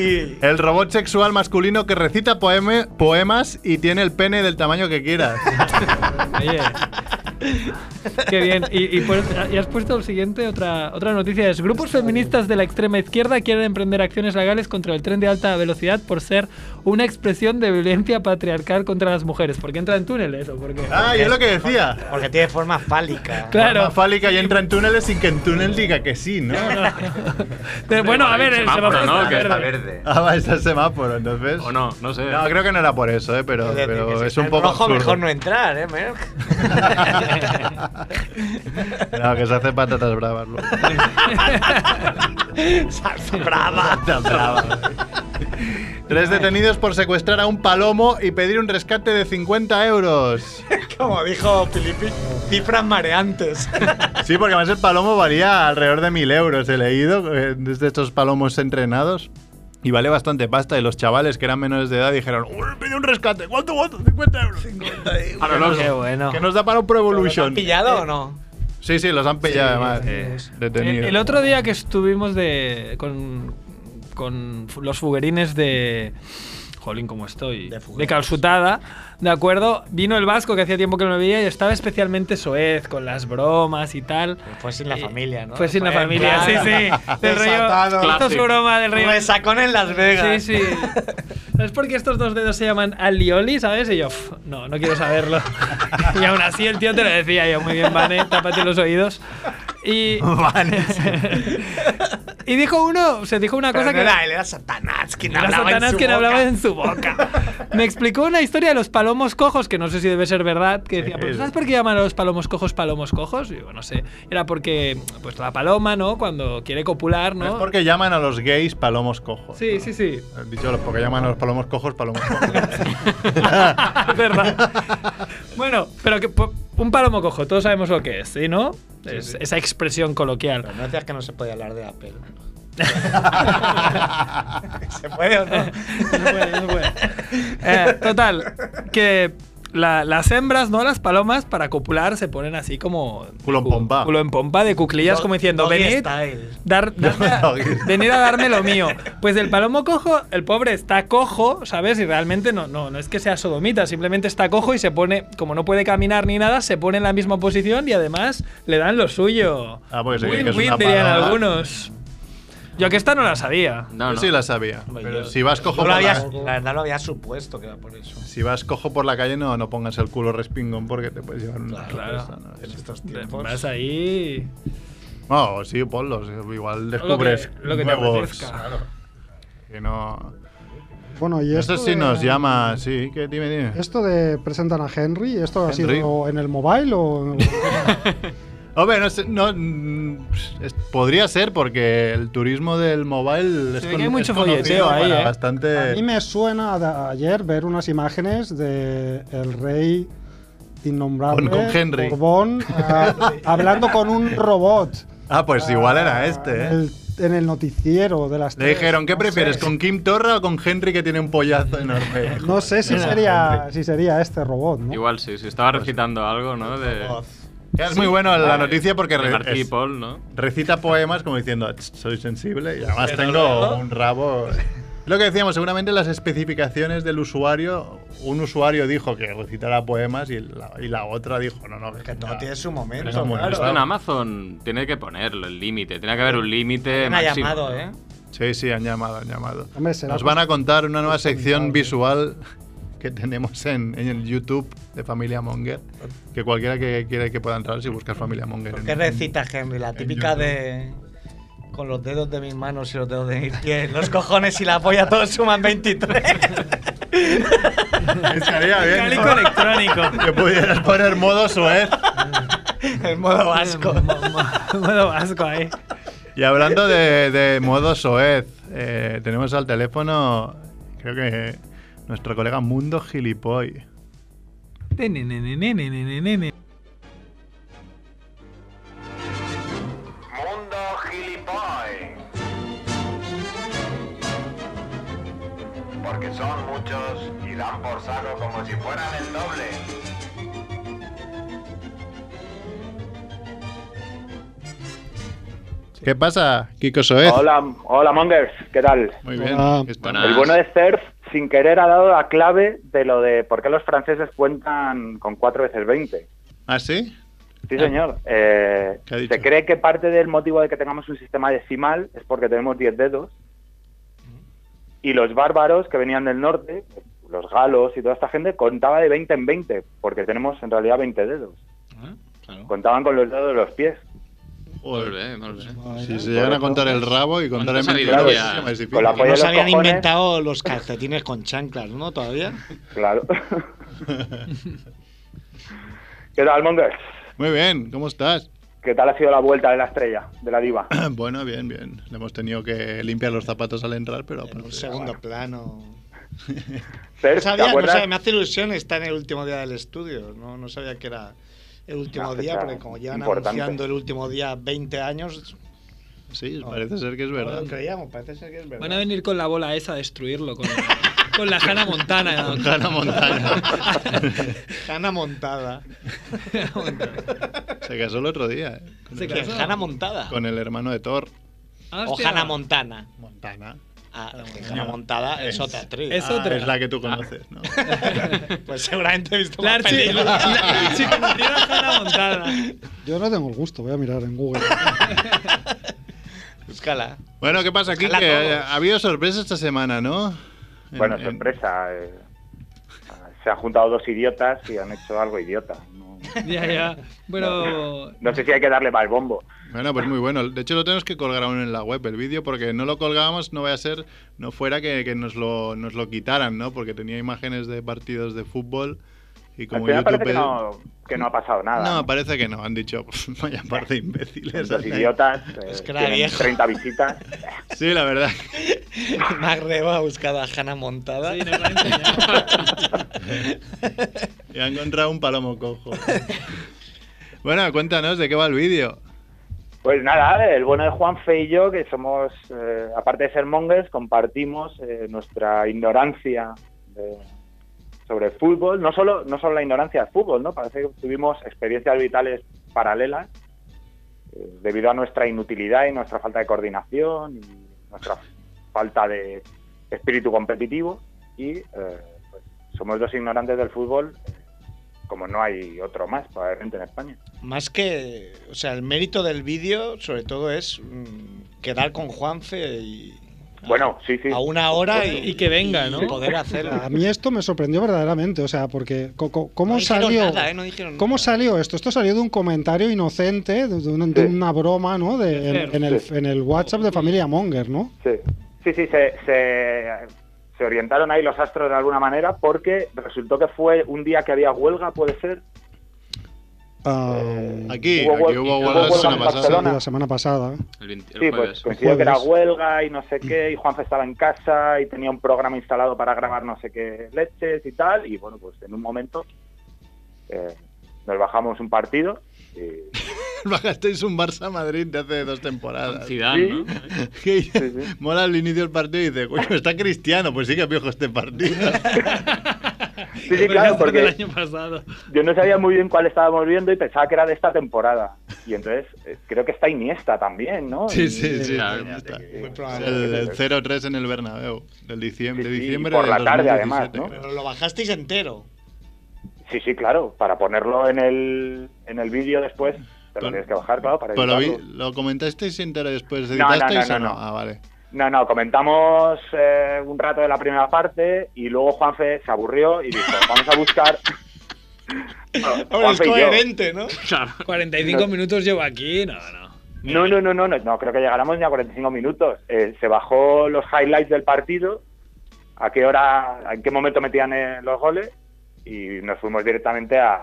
Speaker 3: Henry.
Speaker 1: Y-
Speaker 4: El robot sexual masculino que
Speaker 1: <laughs>
Speaker 4: recita poeme- poemas y tiene el pene del tamaño que quieras.
Speaker 3: Oye, Qué bien. Y, y por- y has puesto el siguiente, otra, otra noticia. Es grupos feministas de la extrema izquierda quieren emprender acciones legales contra el tren de alta velocidad por ser una expresión de violencia patriarcal contra las mujeres. ¿Por qué entra en túneles o por qué?
Speaker 4: Ah, yo lo que decía.
Speaker 1: Porque tiene forma fálica.
Speaker 3: Claro.
Speaker 4: Forma fálica y entra en túneles sin que en túnel diga que sí, ¿no?
Speaker 3: Pero bueno, a ver, el
Speaker 2: semáforo,
Speaker 3: semáforo
Speaker 2: ¿no?
Speaker 3: está
Speaker 2: Que
Speaker 7: Está
Speaker 3: verde.
Speaker 7: verde.
Speaker 4: Ah, va, está el semáforo, entonces.
Speaker 2: O no, no sé.
Speaker 4: No, creo que no era por eso, ¿eh? pero,
Speaker 1: Es decir,
Speaker 4: pero
Speaker 1: que si
Speaker 4: es
Speaker 1: está
Speaker 4: un
Speaker 1: en
Speaker 4: poco.
Speaker 1: rojo,
Speaker 4: absurdo.
Speaker 1: mejor no entrar, ¿eh, Merck?
Speaker 4: <laughs>
Speaker 1: <laughs>
Speaker 4: No, que se hace patatas bravas.
Speaker 1: <laughs>
Speaker 4: luego.
Speaker 1: Salsa brava.
Speaker 4: Patatas bravas. Tres detenidos por secuestrar a un palomo y pedir un rescate de 50 euros.
Speaker 1: Como dijo Filippi, cifras <laughs> mareantes.
Speaker 4: Sí, porque además el palomo valía alrededor de 1000 euros, he leído, eh, desde estos palomos entrenados. Y vale bastante pasta. Y los chavales que eran menores de edad dijeron: "Uy, pide un rescate! ¿Cuánto, cuánto? 50 euros.
Speaker 2: A lo loco.
Speaker 1: Qué bueno.
Speaker 4: Que nos da para un Pro
Speaker 1: ¿Lo han
Speaker 4: Evolution.
Speaker 1: pillado o no?
Speaker 4: Sí, sí, los han pillado además. eh,
Speaker 2: sí,
Speaker 4: Detenidos.
Speaker 3: El, el otro día que estuvimos de, con, con fu- los fuguerines de. Jolín, cómo estoy.
Speaker 1: De
Speaker 3: De,
Speaker 1: fugueros.
Speaker 3: calzutada, ¿de acuerdo? Vino el vasco que hacía tiempo que no lo veía y estaba especialmente soez, con las bromas y tal.
Speaker 1: Eh, Fue sin Pues, la familia, ¿no?
Speaker 3: Fue sin la
Speaker 1: Fue en
Speaker 3: familia, sí,
Speaker 1: plan <laughs>
Speaker 3: sí. Del
Speaker 1: desatado.
Speaker 3: río. Hizo su
Speaker 2: Clásico.
Speaker 3: broma del río.
Speaker 1: Resacón en Las Vegas. <laughs>
Speaker 3: Sí, sí. ¿Sabes por qué estos dos dedos se llaman alioli, sabes? Y yo, "Pf, no, no quiero saberlo. <laughs> y aún así el tío te lo decía yo, muy bien, Vane, tápate los oídos.
Speaker 1: <laughs>
Speaker 3: Y... <laughs> y dijo uno, se dijo una
Speaker 1: Pero
Speaker 3: cosa
Speaker 1: no
Speaker 3: que...
Speaker 1: era él, era Satanás quien
Speaker 3: Era
Speaker 1: hablaba
Speaker 3: Satanás
Speaker 1: en su
Speaker 3: quien
Speaker 1: boca.
Speaker 3: hablaba en su boca. Me explicó una historia de los palomos cojos, que no sé si debe ser verdad, que decía,
Speaker 4: Sí.
Speaker 3: "¿Pero ¿sabes por qué llaman a los palomos cojos palomos cojos? Y Digo, no sé. Era porque, pues la paloma, ¿no? Cuando quiere copular, ¿no?
Speaker 4: Es porque llaman a los gays palomos cojos.
Speaker 3: Sí,
Speaker 4: ¿no?
Speaker 3: sí, sí.
Speaker 4: Has dicho porque llaman a los palomos cojos palomos cojos. <laughs>
Speaker 3: ¿Verdad? Bueno, pero que po- un palomo cojo, todos sabemos lo que es, ¿sí, no? Es- Esa expresión
Speaker 1: <laughs> Pero
Speaker 3: coloquial.
Speaker 1: no decías que no se podía hablar de Apple. <laughs> ¿Se puede o
Speaker 3: <laughs>
Speaker 1: no?
Speaker 3: No puede, no puede. Eh, total, que la- las hembras, ¿no? Las palomas, para copular, se ponen así como.
Speaker 4: Culo en
Speaker 3: cu-
Speaker 4: pompa.
Speaker 3: Culo en pompa, de cuclillas,
Speaker 1: Do-
Speaker 3: como diciendo,
Speaker 1: doggy
Speaker 3: venid.
Speaker 1: style.
Speaker 4: <laughs>
Speaker 3: dar- darme a-
Speaker 4: Doggy style.
Speaker 3: venid a darme lo mío. Pues el palomo cojo, el pobre está cojo, ¿sabes? Y realmente no, no, no es que sea sodomita, simplemente está cojo y se pone, como no puede caminar ni nada, se pone en la misma posición y además le dan lo suyo.
Speaker 4: Ah, porque se cree que es
Speaker 3: Win-win,
Speaker 4: una
Speaker 3: dirían
Speaker 4: paloma.
Speaker 3: algunos. Yo que esta <laughs> no la sabía.
Speaker 2: No,
Speaker 4: Yo
Speaker 2: no.
Speaker 4: sí la sabía.
Speaker 1: Hombre,
Speaker 4: Pero
Speaker 1: yo-
Speaker 4: si vas
Speaker 1: Yo
Speaker 4: cojo
Speaker 1: lo
Speaker 4: por
Speaker 1: había,
Speaker 4: la,
Speaker 1: la verdad lo había supuesto que era por eso.
Speaker 4: si vas cojo por la calle no, no pongas el culo respingón porque te puedes llevar una
Speaker 3: Claro.
Speaker 4: sorpresa, ¿no?
Speaker 1: En
Speaker 4: Sí.
Speaker 1: estos tiempos.
Speaker 3: Vas ahí.
Speaker 4: No, sí, ponlos. Igual
Speaker 3: que-
Speaker 4: descubres
Speaker 3: lo que te
Speaker 4: nuevos.
Speaker 3: apetezca.
Speaker 4: claro. Que no.
Speaker 6: Bueno, y
Speaker 4: Eso
Speaker 6: esto
Speaker 4: sí
Speaker 6: de-
Speaker 4: nos llama, sí, que dime, dime.
Speaker 6: Esto de presentan a Henry, ¿esto ha
Speaker 4: Henry.
Speaker 6: sido en el mobile o.?
Speaker 4: Hombre, no, sé, no, mm, es- podría ser porque el turismo del mobile
Speaker 3: Se ve
Speaker 4: con-
Speaker 3: que hay mucho
Speaker 4: conocido
Speaker 3: folleteo ahí,
Speaker 4: para
Speaker 3: ¿eh?
Speaker 4: Bastante.
Speaker 6: A mí me suena de- ayer ver unas imágenes de el rey innombrable
Speaker 4: Con- con Henry. <laughs>
Speaker 6: Borbón ah, hablando con un robot. Ah,
Speaker 4: Ah, pues igual era
Speaker 6: En
Speaker 4: este, ¿eh?
Speaker 6: el, en el noticiero de las
Speaker 4: Le
Speaker 6: tres,
Speaker 4: dijeron, ¿qué
Speaker 6: no
Speaker 4: prefieres,
Speaker 6: sé.
Speaker 4: con Kim Torra o con Henry que tiene un pollazo enorme?
Speaker 6: No sé si
Speaker 4: Era
Speaker 6: sería,
Speaker 4: Henry.
Speaker 6: si sería este robot, ¿no?
Speaker 2: Igual sí, si estaba recitando algo, ¿no? De,
Speaker 4: Que es muy bueno Pues la noticia porque
Speaker 2: de
Speaker 4: re-
Speaker 2: Martí y
Speaker 4: es-
Speaker 2: Paul, ¿no?
Speaker 4: recita poemas como diciendo, "Ch, soy sensible y además tengo un rabo. Lo que decíamos, seguramente las especificaciones del usuario, un usuario dijo que recitara poemas y la, y la otra dijo, no, no,
Speaker 1: Que todo
Speaker 4: ya".
Speaker 1: tiene su momento.
Speaker 4: Pero como
Speaker 1: claro.
Speaker 4: no
Speaker 2: Esto en Amazon tiene que ponerlo, el límite. Tiene que haber un límite
Speaker 1: Me ha
Speaker 2: máximo.
Speaker 1: llamado, ¿eh?
Speaker 4: Sí, sí, han llamado, han llamado.
Speaker 6: Hombre, será
Speaker 4: Nos van a
Speaker 6: cuest-
Speaker 4: contar una nueva sección
Speaker 6: cuestionable.
Speaker 4: visual que tenemos en, en el YouTube de Familia Monger, que cualquiera que quiera que pueda entrar si buscas Familia Monger.
Speaker 1: ¿Por
Speaker 4: en-
Speaker 1: qué recita Henry? La típica de. Con los dedos de mis manos y los dedos de mis pies, los cojones y la polla, todos suman 23.
Speaker 4: <laughs> Estaría bien.
Speaker 3: Cálico
Speaker 4: ¿no? <laughs>
Speaker 3: electrónico. <laughs>
Speaker 4: Que pudieras poner modo suez.
Speaker 1: <laughs> El modo vasco.
Speaker 3: Mo- mo- Modo vasco ahí.
Speaker 4: Y hablando de, de modo soez, eh, tenemos al teléfono, creo que nuestro colega Mundo Gilipoy.
Speaker 5: Mundo Gilipoy. Porque son muchos y dan por saco como si fueran el doble.
Speaker 4: ¿Qué pasa, Kiko Soez?
Speaker 5: Hola, hola Mongers, ¿qué tal?
Speaker 4: Muy bien.
Speaker 6: Hola.
Speaker 4: Está-
Speaker 2: Buenas.
Speaker 5: El bueno de Cerf, sin querer, ha dado la clave de lo de por qué los franceses cuentan con 4 veces 20.
Speaker 4: ¿Ah, sí?
Speaker 9: Sí, señor. Eh,
Speaker 4: ¿Qué ha dicho?
Speaker 9: se cree que parte del motivo de que tengamos un sistema decimal es porque tenemos 10 dedos y los bárbaros que venían del norte, los galos y toda esta gente, contaba de 20 en 20, porque tenemos en realidad 20 dedos.
Speaker 2: Claro.
Speaker 9: Contaban con los dedos de los pies.
Speaker 2: Molt bé, molt bé.
Speaker 4: Si se llegan a contar el rabo y contar en
Speaker 2: Cuánta
Speaker 4: mente,
Speaker 2: sabiduría.
Speaker 4: es más difícil.
Speaker 9: Con la
Speaker 1: Que
Speaker 9: Oye,
Speaker 1: no
Speaker 9: los
Speaker 1: se habían
Speaker 9: cojones.
Speaker 1: inventado los calcetines con chanclas, ¿no? Todavía.
Speaker 9: Claro. <laughs> ¿Qué tal, Monger?
Speaker 4: <laughs> Muy bien, ¿cómo estás? <clears throat>
Speaker 9: ¿Qué tal ha sido la vuelta de la estrella, de la diva?
Speaker 4: Bueno, bien, bien. Le hemos tenido que limpiar los zapatos al entrar, pero...
Speaker 1: En un
Speaker 4: aparte-
Speaker 1: segundo plano.
Speaker 9: Fer,
Speaker 1: No
Speaker 9: ¿te
Speaker 1: sabía, no
Speaker 9: acuerdas?
Speaker 1: sabía, me hace ilusión estar en el último día del estudio. No, no sabía que era el último
Speaker 9: Una
Speaker 1: día,
Speaker 9: fecha
Speaker 1: porque como llevan
Speaker 9: importante.
Speaker 1: anunciando el último día 20 años,
Speaker 4: Sí, parece ser que es
Speaker 1: no
Speaker 4: verdad.
Speaker 1: lo creíamos, parece ser que es verdad.
Speaker 3: Van a venir con la bola esa a destruirlo, con, con la Hannah Montana.
Speaker 4: Con Hannah
Speaker 1: <laughs>
Speaker 4: Montana.
Speaker 1: Hanna Montada.
Speaker 4: Se casó el otro día, ¿eh? Con
Speaker 3: Se
Speaker 4: el-
Speaker 3: casó.
Speaker 1: Hanna Montada.
Speaker 4: Con el hermano de Thor,
Speaker 3: Ah,
Speaker 1: O
Speaker 3: hostia.
Speaker 1: Hanna Montana.
Speaker 4: Montana.
Speaker 1: Ah, Hanna Montada es otra actriz.
Speaker 3: Es
Speaker 4: Ah,
Speaker 3: otra.
Speaker 4: es la que tú conoces, ¿no?
Speaker 1: Pues seguramente he visto
Speaker 3: La
Speaker 1: más
Speaker 3: archi-
Speaker 1: películas.
Speaker 3: <laughs> la archiconocida Hannah Montada.
Speaker 6: Yo no tengo el gusto, voy a mirar en Google.
Speaker 1: Búscala.
Speaker 4: Bueno, ¿qué pasa aquí?
Speaker 1: Ojalá
Speaker 4: Que
Speaker 1: todos.
Speaker 4: ha habido sorpresa esta semana, ¿no? En-
Speaker 9: Bueno,
Speaker 4: en-
Speaker 9: sorpresa. eh, se han juntado dos idiotas y han hecho algo idiota. No,
Speaker 3: Ya, ya. Bueno,
Speaker 9: no sé si hay que darle más bombo.
Speaker 4: Bueno, pues muy bueno. De hecho, lo tenemos que colgar aún en la web el vídeo, porque no lo colgábamos, no vaya a ser, no fuera que, que nos, lo, nos lo quitaran, ¿no? Porque tenía imágenes de partidos de fútbol y
Speaker 9: Al
Speaker 4: como
Speaker 9: final
Speaker 4: YouTube.
Speaker 9: parece que no, que no ha pasado nada.
Speaker 4: No, parece que no. Han dicho, vaya par de imbéciles.
Speaker 9: Los idiotas eh,
Speaker 1: Es que era
Speaker 9: tienen
Speaker 1: viejo.
Speaker 9: 30 visitas.
Speaker 4: Sí, la verdad.
Speaker 1: Mac Rebo ha buscado a Hanna Montada.
Speaker 3: sí, nos la ha enseñado.
Speaker 4: Y han encontrado un palomo <laughs> cojo. Bueno, cuéntanos de qué va el vídeo.
Speaker 9: Pues nada, el bueno de Juanfe y yo, que somos, eh, aparte de ser mongers, compartimos eh, nuestra ignorancia de- sobre el fútbol. No solo, no solo la ignorancia del fútbol, ¿no? Parece que tuvimos experiencias vitales paralelas eh, debido a nuestra inutilidad y nuestra falta de coordinación y nuestra falta de espíritu competitivo. Y eh, pues, somos dos ignorantes del fútbol, eh, como no hay otro más, probablemente en España.
Speaker 1: Más que. O sea, el mérito del vídeo, sobre todo, es mm, quedar con Juanfe y.
Speaker 9: Bueno, sí, sí.
Speaker 1: A una hora y,
Speaker 3: Y que venga, ¿no?
Speaker 1: Y
Speaker 6: <laughs>
Speaker 1: poder hacerlo.
Speaker 6: A mí esto me sorprendió verdaderamente, o sea, porque co- co- ¿cómo
Speaker 1: No dijeron
Speaker 6: salió?
Speaker 1: nada, ¿eh? No dijeron
Speaker 6: ¿Cómo
Speaker 1: nada.
Speaker 6: salió esto? Esto salió de un comentario inocente, de, de una, de
Speaker 9: Sí.
Speaker 6: una broma, ¿no? De- en, en el,
Speaker 9: Sí.
Speaker 6: en el WhatsApp de Familia Monger, ¿no?
Speaker 9: Sí, sí, sí, se, se, se orientaron ahí los astros de alguna manera porque resultó que fue un día que había huelga, puede ser.
Speaker 6: Ah,
Speaker 4: Aquí, aquí
Speaker 9: Hubo huel-
Speaker 4: hubo
Speaker 9: hubo
Speaker 4: huelga la semana
Speaker 9: huelga en
Speaker 4: pasada.
Speaker 9: Barcelona.
Speaker 6: la semana pasada. ¿eh?
Speaker 2: El, 20 el
Speaker 9: Sí, pues
Speaker 2: jueves.
Speaker 9: coincidió que era
Speaker 6: Jueves. Mm.
Speaker 9: huelga y no sé qué, y Juanfe estaba en casa y tenía un programa instalado para grabar no sé qué leches y tal, y bueno, pues en un momento eh, nos bajamos un partido. y-
Speaker 4: <laughs> Bajasteis un Barça-Madrid de hace dos
Speaker 2: Con
Speaker 4: temporadas.
Speaker 2: Zidane, ¿no?
Speaker 4: <laughs> Que
Speaker 9: sí.
Speaker 4: Mola al inicio del partido y dice, coño, está cristiano, pues sí que viejo este partido.
Speaker 9: <laughs> Sí, sí, claro,
Speaker 3: El
Speaker 9: porque
Speaker 3: año pasado.
Speaker 9: yo no sabía muy bien cuál estábamos viendo y pensaba que era de esta temporada. Y entonces eh, creo que está Iniesta también, ¿no?
Speaker 4: sí,
Speaker 9: Y-
Speaker 4: sí, sí.
Speaker 2: Claro.
Speaker 4: ya está.
Speaker 9: y-
Speaker 4: <laughs> El, el 0-3 en el Bernabéu, del diciembre,
Speaker 9: Sí, sí, y
Speaker 4: diciembre
Speaker 9: por
Speaker 4: del
Speaker 9: la tarde,
Speaker 4: 2017,
Speaker 9: además, ¿no?
Speaker 4: creo.
Speaker 1: Pero lo bajasteis entero.
Speaker 9: Sí, sí, claro, para ponerlo en el, en el vídeo después, te
Speaker 4: Pero-
Speaker 9: lo tienes que bajar, claro, para
Speaker 4: Pero lo, vi-
Speaker 9: editarlo.
Speaker 4: lo comentasteis entero después,
Speaker 9: No, no, no,
Speaker 4: editasteis
Speaker 9: no,
Speaker 4: o no?
Speaker 9: no.
Speaker 4: Ah, vale.
Speaker 9: No, no, comentamos eh, un rato de la primera parte y luego Juanfe se aburrió y dijo, vamos a
Speaker 4: <laughs>
Speaker 9: buscar... Bueno,
Speaker 1: Hombre, es
Speaker 9: Juanfe y yo.
Speaker 1: coherente, ¿no?
Speaker 2: Claro.
Speaker 3: 45 minutos llevo aquí, no, no.
Speaker 9: No, no, no, no, no, no creo que llegáramos ni a 45 minutos. Eh, se bajó los highlights del partido, a qué hora, en qué momento metían eh, los goles y nos fuimos directamente a,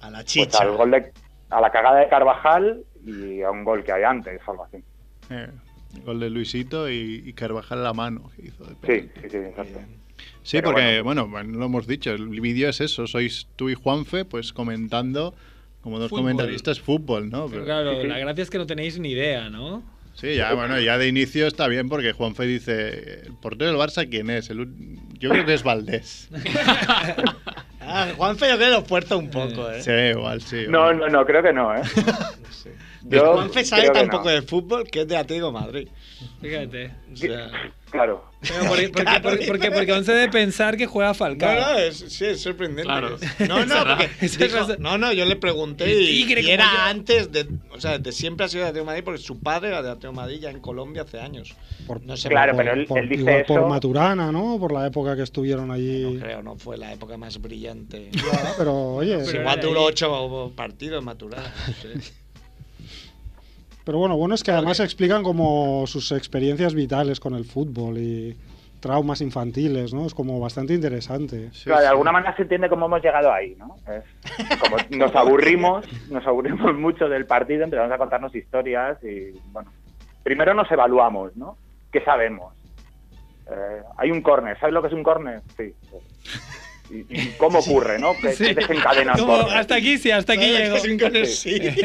Speaker 1: A la
Speaker 9: pues,
Speaker 1: chicha.
Speaker 9: al gol de- a la cagada de Carvajal y a un gol que hay antes, algo así.
Speaker 4: Eh, gol de Luisito y, y Carvajal la mano. que hizo de
Speaker 9: Sí,
Speaker 4: penalti.
Speaker 9: sí, sí,
Speaker 1: Eh,
Speaker 9: exacto.
Speaker 4: Sí,
Speaker 9: Pero
Speaker 4: porque, bueno. bueno, lo hemos dicho, el vídeo es eso, sois tú y Juanfe, pues comentando como dos
Speaker 3: Fútbol.
Speaker 4: comentaristas fútbol, ¿no? Pero-
Speaker 3: Pero claro, la gracia es que no tenéis ni idea, ¿no?
Speaker 4: Sí, ya, bueno, ya de inicio está bien porque Juanfe dice, ¿el portero del Barça quién es? El un- yo creo que es
Speaker 6: <laughs>
Speaker 4: Valdés.
Speaker 1: Ah, Juanfe yo creo que lo puerta un poco, ¿eh?
Speaker 4: Sí, igual, sí.
Speaker 9: No,
Speaker 4: igual.
Speaker 1: <laughs>
Speaker 9: no, no, creo que no, ¿eh?
Speaker 1: sí.
Speaker 9: Yo
Speaker 1: Juanfe sabe
Speaker 9: creo que
Speaker 1: ¿eh? tampoco
Speaker 9: no.
Speaker 1: de fútbol que es de Atlético de Madrid.
Speaker 3: Fíjate.
Speaker 1: O sea,
Speaker 9: Claro.
Speaker 3: Pero por- porque,
Speaker 1: <laughs> Claro,
Speaker 3: porque, porque, porque once de pensar que juega
Speaker 1: no,
Speaker 3: Falcao.
Speaker 1: no, es, sí, es sorprendente.
Speaker 2: Claro.
Speaker 1: No, no, porque
Speaker 3: <laughs> Esa
Speaker 1: dijo-
Speaker 3: raza-
Speaker 1: no, no, yo le pregunté
Speaker 3: El
Speaker 1: y,
Speaker 3: tigre
Speaker 1: y
Speaker 3: como
Speaker 1: era
Speaker 3: yo.
Speaker 1: antes de, o sea, de siempre ha sido de Atlético de Madrid porque su padre era de Atlético de Madrid ya en Colombia hace años.
Speaker 6: Por-
Speaker 1: no sé,
Speaker 9: Claro,
Speaker 1: por-
Speaker 9: pero él-
Speaker 6: por,
Speaker 9: él dice
Speaker 6: igual por
Speaker 9: eso.
Speaker 6: Maturana, ¿no? Por la época que estuvieron allí.
Speaker 1: no creo, no fue la época
Speaker 3: <laughs>
Speaker 1: más brillante.
Speaker 6: Ah, Pero oye,
Speaker 3: Pero
Speaker 6: sí.
Speaker 3: era
Speaker 1: Igual
Speaker 3: de
Speaker 1: duró
Speaker 3: ahí.
Speaker 1: ocho partidos Maturana. no
Speaker 3: <laughs>
Speaker 1: sé.
Speaker 6: Pero bueno, bueno es que además explican como sus experiencias vitales con el fútbol y traumas infantiles, ¿no? Es como bastante interesante.
Speaker 9: Claro, de alguna manera se entiende cómo hemos llegado ahí, ¿no? Es como nos
Speaker 3: <laughs>
Speaker 9: aburrimos, nos aburrimos mucho del partido, empezamos a contarnos historias y, bueno, primero nos evaluamos, ¿no? ¿Qué sabemos? Eh, hay un córner, ¿sabes lo que es un córner? Sí. ¿Y, y cómo ocurre, no? ¿Qué,
Speaker 3: Sí.
Speaker 9: qué desencadena el
Speaker 3: Como,
Speaker 9: córner?
Speaker 3: hasta aquí sí, hasta aquí
Speaker 1: Ay,
Speaker 3: llego.
Speaker 1: es que sin ganas,